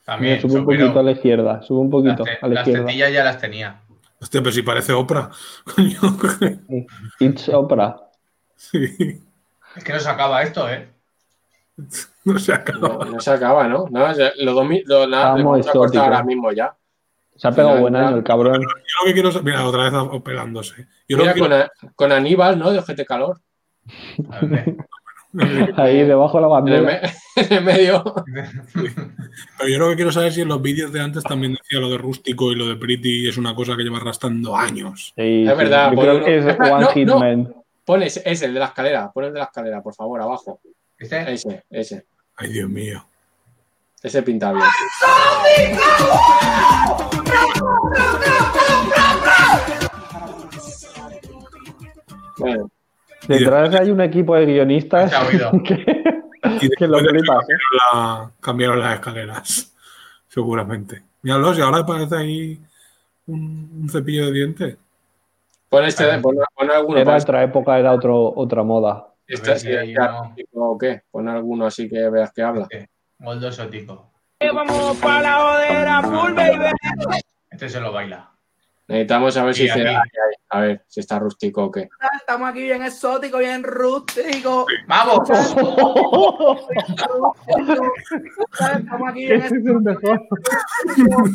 D: También.
C: Mira, sube un
D: supero.
C: poquito a la izquierda. Sube un
D: Las
C: poquito
D: te-
C: a la
D: las
C: izquierda.
D: tetillas ya las tenía.
B: Hostia, pero si parece Oprah. <laughs> Coño.
C: It's Oprah.
B: Sí.
D: Es que no se acaba esto, ¿eh?
B: No se
A: No,
B: acaba.
A: no se acaba, ¿no? No, ya- los dos mi- lo- nada,
C: Estamos
A: lo vamos a cortar
C: exóticos.
A: ahora mismo ya.
C: Se ha pegado
A: Mira,
C: buen
A: mira.
C: año el cabrón.
B: Yo lo que quiero es. Mira, otra vez operándose. Yo lo
A: Mira,
B: que
A: con, a- con Aníbal, ¿no? De Ojete Calor.
D: A ver.
C: <laughs> Ahí debajo de la
A: En el,
C: bandera.
A: me- <laughs> en el medio.
B: Pero yo lo que quiero saber es si en los vídeos de antes también decía lo de rústico y lo de pretty y es una cosa que lleva arrastrando años.
C: Sí,
A: Es
C: sí.
A: verdad,
C: Yo
A: por
C: creo
A: uno-
C: que es
A: Espera,
C: One
A: no,
C: Hit
A: no.
C: Man.
A: Pon ese, ese, el de la escalera. Pon el de la escalera, por favor, abajo.
D: ¿Viste?
A: Ese, ese.
B: Ay, Dios mío.
A: Ese pinta bien. Bueno,
C: Detrás hay un equipo de guionistas
D: Se ha oído.
C: <laughs> que,
B: Y
C: que lo
B: después de
C: flipas. ¿eh?
B: la- cambiaron las escaleras, <laughs> seguramente. Míralos, y ahora parece ahí un, un cepillo de dientes.
A: pon este, de- pon, pon alguno.
C: Era
A: pon
C: otra época, era otro, otra
A: <laughs>
C: moda. <laughs>
A: este así de
D: Ahí
A: que-
D: no.
A: ¿O qué? Pon alguno así que veas que habla.
D: Goldo exótico.
E: Oh,
K: Vamos para la jodera, full baby.
D: Este se lo baila.
A: Necesitamos saber si
D: Sí,
A: se-
D: aquí.
A: a ver si está rústico o qué.
G: Estamos aquí bien exóticos, bien rústicos.
C: <laughs>
D: ¡Vamos!
G: Estamos aquí bien
C: es el mejor.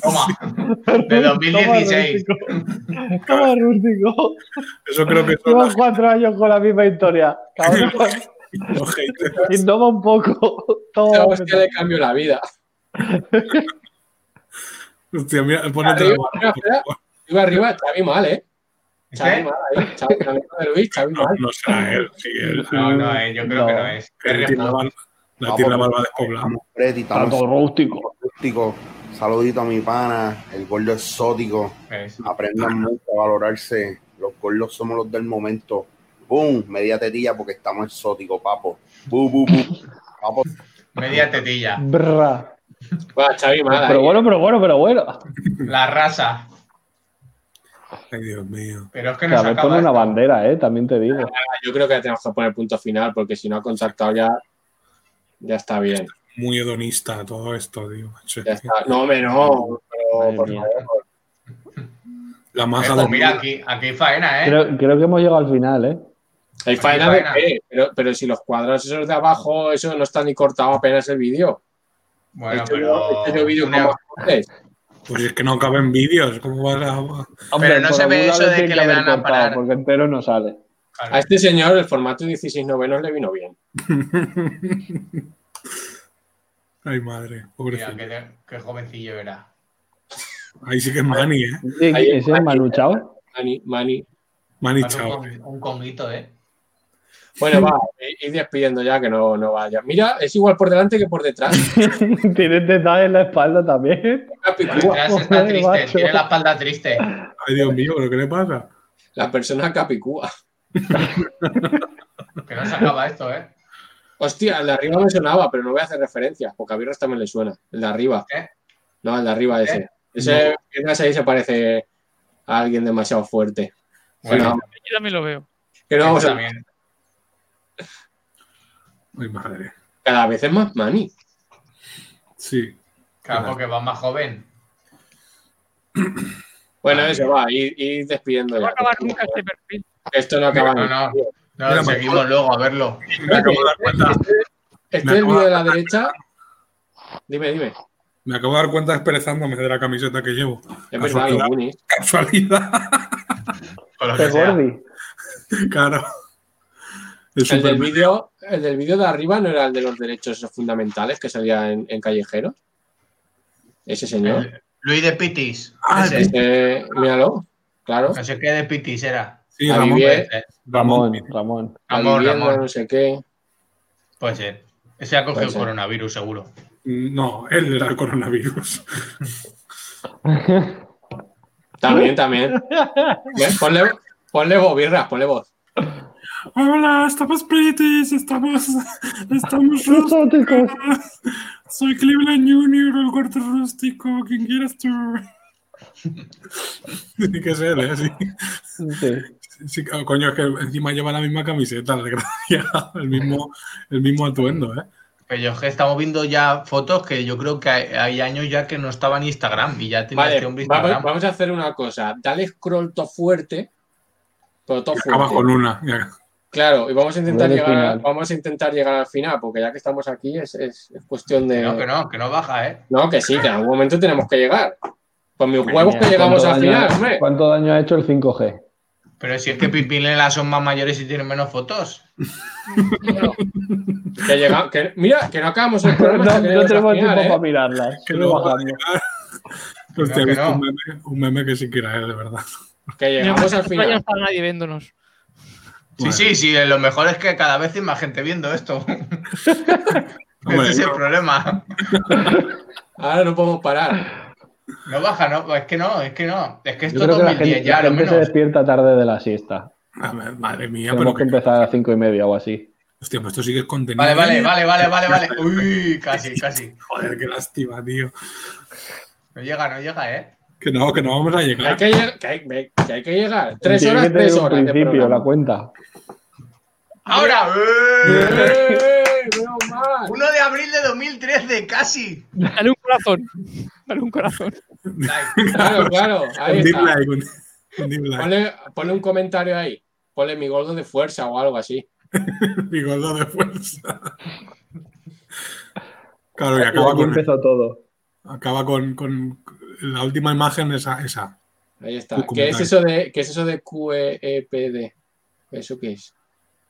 D: Toma. De 2016.
C: Toma, <laughs> rústico.
B: Eso creo que son
C: Llevan
B: las,
C: cuatro años con la misma historia. Cabrón. <laughs>
B: los haters.
C: Innova un poco. <laughs> Toma,
A: Sabes que le cambió la
D: <laughs>
A: vida.
B: Hostia, mira, ponete
A: Arriba,
B: la
A: arriba, espera. arriba, arriba, Xavi mal, ¿eh? Xavi
D: ¿Este?
A: mal ahí. Xavi, Xavi de Luis, Xavi
B: No,
A: mal.
B: no será él, sí, él.
D: No, no, eh, yo creo que no es.
B: él tiene la barba, la tiene la barba despoblada.
J: Estamos Freddy,
C: Está
J: estamos
C: todo rústico.
J: rústicos. Saludito a mi pana, Ah, el gordo exótico.
D: Es.
J: Aprendan mucho a valorarse. Los gordos somos los del momento. Boom, media tetilla porque estamos exóticos, papo. Bu, bu, bu. Papo,
D: Media tetilla.
C: Brra.
A: Va, Xavi mal ahí.
C: Pero bueno, pero bueno, pero bueno.
D: La raza.
B: Ay, Dios mío.
D: Pero es que no se
C: Cada vez pone
D: acaba.
C: una
D: esto.
C: bandera, eh, también te digo.
A: Yo creo que tenemos que poner punto final porque si no ha contactado ya, ya está bien.
B: Muy hedonista todo esto, tío. macho.
A: Ya está. No, hombre, no. Pero,
C: Madre
A: por
C: mía.
A: favor.
B: La
D: Eh,
B: maja
D: pues
B: del
D: mira, aquí, aquí hay faena, ¿eh?
C: Creo, creo que hemos llegado al final, ¿eh?
A: Hay
D: Aquí
A: faena de
D: faena.
A: qué, pero, pero si los cuadrados esos de abajo, eso no está ni cortado apenas el vídeo.
D: Bueno,
A: Esto
D: pero.
A: Este yo- esto yo vídeo
D: Una-
A: con más cortes.
B: Pues es que no caben vídeos. ¿Cómo vas a.?
D: Pero no
C: por
D: se ve
C: algún
D: eso
C: lado
D: de
C: tiene
D: que le
C: haber
D: dan a
C: cortado,
D: parar.
C: Porque entero no sale.
A: A este señor el formato 16 novenos le vino bien.
B: Ay, madre,
D: Mira,
B: pobrecito.
D: qué, qué jovencillo era.
B: Ahí sí que es Manny, ¿eh?
C: ¿Y-
A: Ahí-
C: ¿Ese es Manu Chao? <laughs>
A: Mani, Mani.
B: Manny,
D: Parece
B: chao.
D: Un, con- un conguito, ¿eh?
C: <laughs>
A: Bueno, va, eh, ir despidiendo ya que no, no vaya. Mira, es igual por delante que por detrás.
C: Tiene tetas en la espalda también.
A: Una
D: Por
A: picúa.
D: detrás está
C: Joder,
D: triste,
C: macho.
D: tiene la espalda triste.
B: Ay, Dios mío, ¿pero qué le pasa?
A: La persona capicúa.
D: Que no se acaba esto, ¿eh?
A: Hostia, el de arriba me sonaba, pero no voy a hacer referencia, porque a Birras también le suena. El de arriba. No, el de arriba ese. Ese
E: No.
A: piernas ahí se parece a alguien demasiado fuerte.
E: Bueno.
A: Bueno,
E: Yo también lo veo.
A: que no vamos a-
B: Ay, madre.
A: Cada vez es más mani.
B: Sí.
D: Claro, porque vas más joven.
A: Bueno, eso va, ir, ir despidiendo ya.
E: este
A: Esto no acaba
D: No, no, no. No, seguimos luego a verlo.
A: Este es el vídeo de la derecha. Dime, dime.
B: Me acabo de dar cuenta expresándome de la camiseta que llevo.
A: Es verdad, los Goonies.
B: Casualidad. <laughs>
C: que sea. Este Gordi.
B: Claro.
A: El del
B: Superman.
A: vídeo el del vídeo de arriba no era el de los derechos fundamentales que salía en, en Callejeros. Ese señor.
D: Luis de Pitis. ese.
A: Este, míralo, claro.
D: No sé qué de Pitis era.
C: Eh,
A: Sí, Ahí Ramón.
B: eh.
A: bien.
C: Ramón, Ramón.
D: Ramón,
A: Viviendo,
D: Ramón.
A: no sé qué.
D: Puede ser. Ese ha cogido
A: Puede ser.
D: coronavirus, seguro.
B: No, él era el coronavirus.
A: También, también. Ven, Ponle, ponle voz, birra, ponle voz.
B: Hola, estamos British, estamos,
C: <laughs>
B: estamos
C: rústicos.
B: Soy Cleveland Junior, el cuarto rústico, quien quieras tú. Tiene que ser, ¿eh? Sí. Sí, co- coño, es que encima lleva la misma camiseta, la desgracia, el mismo, el mismo atuendo, ¿eh?
D: Pero yo es que estamos viendo ya fotos que yo creo que hay, hay años ya que no estaba en Instagram y ya tenía
A: Vale,
D: este hombre Instagram.
A: vamos, vamos a hacer una cosa. Dale scroll to fuerte. Pero to
B: Acaba
A: fuerte.
B: con una. ya.
A: Claro, y vamos a intentar
B: Dale
A: llegar,
B: final.
A: vamos a intentar llegar al final, porque ya que estamos aquí es, es- es cuestión de.
D: No, que no, que no baja, ¿eh?
A: No, que sí, que en algún momento tenemos que llegar. Pues Con mis
D: Madre
A: huevos
D: mía,
A: que llegamos
C: ¿Cuánto
A: al
C: daño
A: final,
C: ha-
A: hombre.
C: ¿Cuánto daño ha hecho el 5G?
D: Pero si es que Pimpinela son más mayores y tienen menos fotos.
A: Que llegamos, que- mira, que no acabamos el programa.
C: <laughs>
A: hasta que
C: no
A: lleguemos al
C: tenemos tiempo
A: final, ¿eh?
C: para mirarlas.
B: Que
C: Sigue
B: no va a
C: bajando.
B: llegar. Hostia, he
D: que
B: visto
D: no.
B: un, meme, un meme que siquiera es, de verdad.
A: Que llegamos al
E: Ya no
A: final.
E: está nadie viéndonos.
D: Sí, sí, sí, lo mejor es que cada vez hay más gente viendo esto. <laughs>
B: Hombre,
D: <laughs> Ese es el
B: no.
D: problema.
A: Ahora no podemos parar.
D: No baja, no, es que no, es que no. Es que
C: Yo
D: esto
C: creo que la
D: 2010
C: gente,
D: ya,
C: la
D: lo
C: gente se
D: menos.
C: despierta tarde de la siesta.
B: A ver, madre mía, pero
C: Tenemos que
B: que,
C: empezar a las 5 y media o así.
B: hostia, pues esto sí que es contenido.
D: Vale, vale, vale, vale, vale, vale. Uy, casi, casi.
B: Joder, qué lástima, tío.
D: No llega, no llega, ¿eh?
B: Que no, que no vamos a
A: Que hay
B: llegar.
A: que, lleg- que hay- que hay que llegar. Tres
C: Tiene
A: horas,
C: que tener
A: tres
C: un
A: horas. de
C: principio,
A: programa.
C: la cuenta.
D: Ahora, ¡eh!
A: ¡Eh! Menos
B: <laughs>
A: mal.
D: 1 de abril de 2013, casi.
E: Dale un corazón. <laughs> Dale un corazón.
A: Claro, claro. Ahí
B: Un deep
A: está.
B: like, un, un deep like.
A: Ponle, ponle un comentario ahí. Ponle mi gordo de fuerza o algo así.
B: Bigordo de fuerza. Claro, y acaba
C: Aquí
B: con,
C: empezó todo.
B: acaba con, con la última imagen, esa. esa.
A: Ahí
B: Un
A: está. ¿Qué es
B: comentario.
A: eso de, qué es eso de E QEPD? ¿Eso qué es?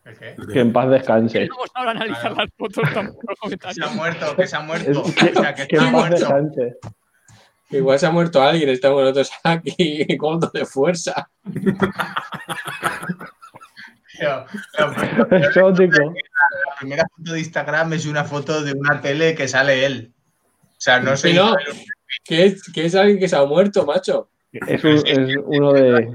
D: ¿El qué?
C: Que en
E: <laughs>
C: paz descanse.
E: Vamos ahora a analizar las fotos tampoco los
D: Que Se ha
E: comentarios.
D: muerto, que se ha muerto.
C: Es-
D: O
C: que,
D: sea, que
C: que
D: está
C: en paz
D: muerto.
C: descanse. <laughs>
A: Igual se ha muerto alguien, estamos nosotros <laughs> aquí, gordo de fuerza.
D: Tío, La
C: Exótico.
D: la primera foto de Instagram es una foto de una tele que sale él. O sea, no sé.
A: Que no, que es, que es alguien que se ha muerto, macho.
C: Es, un- es uno de.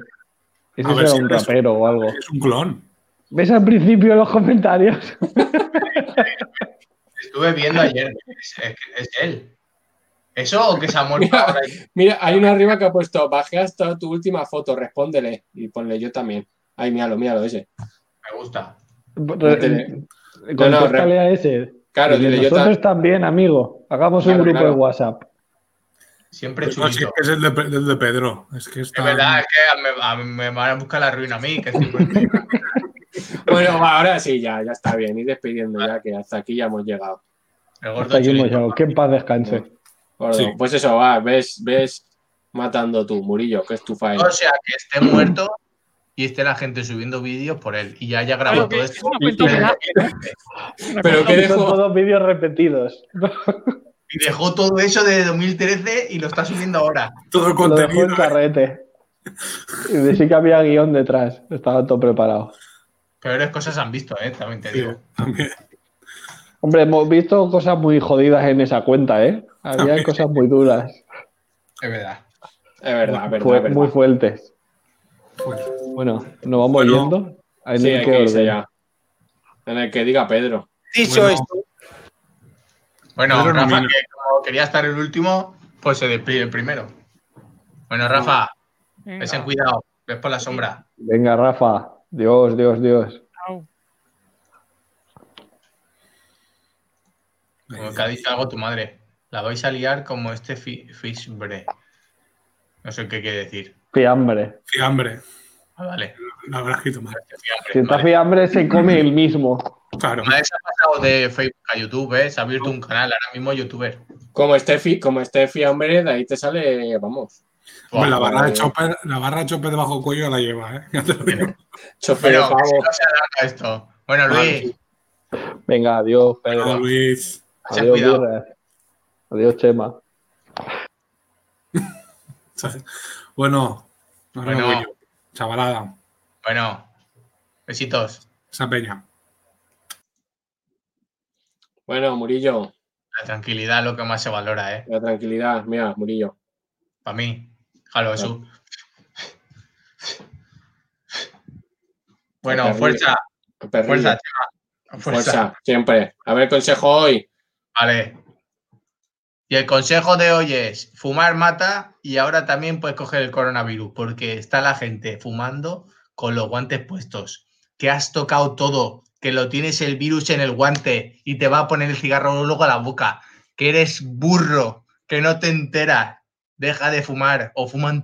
C: Ese
B: A ver
C: será
B: si
C: un
B: eres-
C: rapero o
B: <laughs>
C: algo.
B: Es un clon.
C: ¿Ves al principio los comentarios? <laughs>
D: Estuve viendo ayer. Es, es que es él. ¿Eso o que se ha muerto
A: Mira.
D: ahora?
A: Mira, hay una arriba que ha puesto, bajé hasta tu última foto, respóndele. Y ponle yo también. Ay, míralo, míralo ese.
D: Me gusta.
A: tiene-
C: Contéstale a ese.
A: Claro,
C: Dile,
A: dile, yo
C: E. nosotros
A: ta-
C: también, amigo. Hagamos
A: Claro,
C: un grupo
A: claro.
C: de WhatsApp.
D: Siempre
B: Pues No, sí,
D: chulito.
B: es que es el de, Pe- el de Pedro. Es que está.
D: Es verdad, es que me, a- me van a buscar la ruina a mí.
C: <laughs>
D: Que siempre-
A: Bueno, va, ahora sí, ya, ya está bien. Ir despidiendo ya, que hasta aquí ya hemos llegado.
D: el gordo
C: Hasta aquí hemos
D: chulito.
C: llegado. Que en paz descanse.
A: Gordo,
B: Sí.
A: Pues eso, va, ves, ves matando tú, Murillo, que es tu faena.
D: O sea, que esté muerto y esté la gente subiendo vídeos por él. Y ya haya
E: Claro,
D: grabado todo
E: que es
D: esto.
E: una cuenta homenaje,
A: Pero que
C: Son
A: dejo.
C: todos vídeos repetidos.
D: Y dejó todo eso de 2013 y lo está subiendo ahora.
B: Todo el
C: Lo dejó
B: contenido. ¿eh?
C: en carrete. Y de sí que había guión detrás. Estaba todo preparado.
D: Peores cosas han visto, ¿eh? También te
B: Sí,
D: digo.
B: también.
C: Hombre, hemos visto cosas muy jodidas en esa cuenta, ¿eh? Había cosas muy duras.
D: Es verdad.
A: Es verdad, es
C: Fue-
A: verdad, es verdad.
C: Muy fuertes.
B: Bueno,
C: Bueno, nos vamos
B: Bueno.
C: yendo. Ahí no
A: Sí, hay
C: queda
A: que irse
C: orden.
A: ya. En el que diga Pedro.
B: Dicho Bueno.
D: Bueno,
B: Pedro
D: Rafa,
B: Romina.
D: que como quería estar el último, Pues se despide el primero. Bueno, Rafa,
E: Venga.
D: ves en cuidado, ves por la sombra.
C: Venga, Rafa. Dios, Dios, Dios.
D: Como que ha dicho algo tu madre. La vais a liar como este fi- fisbre. No sé qué quiere decir.
C: Fiambre.
B: Fiambre.
D: Ah, vale.
B: La habrás que tomar.
C: Si está fiambre, se come el mismo.
B: Claro.
D: Además, se ha pasado de Facebook a YouTube, ¿eh? Se ha abierto
B: Oh.
D: un canal ahora mismo youtuber.
A: Como esté, fi- como esté fiambre, de ahí te sale, vamos.
B: Hombre, la, barra de
A: Guau.
B: Chopper, la barra de Chopper debajo del cuello la lleva, ¿eh? Ya te lo digo.
A: Chofer,
D: Bueno,
A: pavo.
D: que si no se alarga esto. Bueno, Luis,
C: Venga, adiós, Pedro.
B: Bueno, Luis.
D: Ten
C: Adiós,
D: cuidado.
C: Birra. Adiós, Chema.
B: Bueno, ahora
D: Bueno.
B: voy yo. Chavalada,
D: bueno, besitos.
B: esa peña.
A: Bueno, Murillo,
D: La tranquilidad es lo que más se valora, ¿eh?
A: la tranquilidad. Mira, Murillo.
D: Para mí. Jalo, Jesús. Bueno,
A: Perrillo.
D: fuerza,
A: Perrillo.
D: fuerza, Chema.
A: Fuerza,
D: Fuerza.
A: siempre. A ver, consejo hoy.
D: Vale. Y el consejo de hoy es fumar mata y ahora también puedes coger el coronavirus porque está la gente fumando con los guantes puestos. Que has tocado todo, que lo tienes el virus en el guante y te va a poner el cigarro luego a la boca. Que eres burro, que no te enteras. Deja de fumar o fuman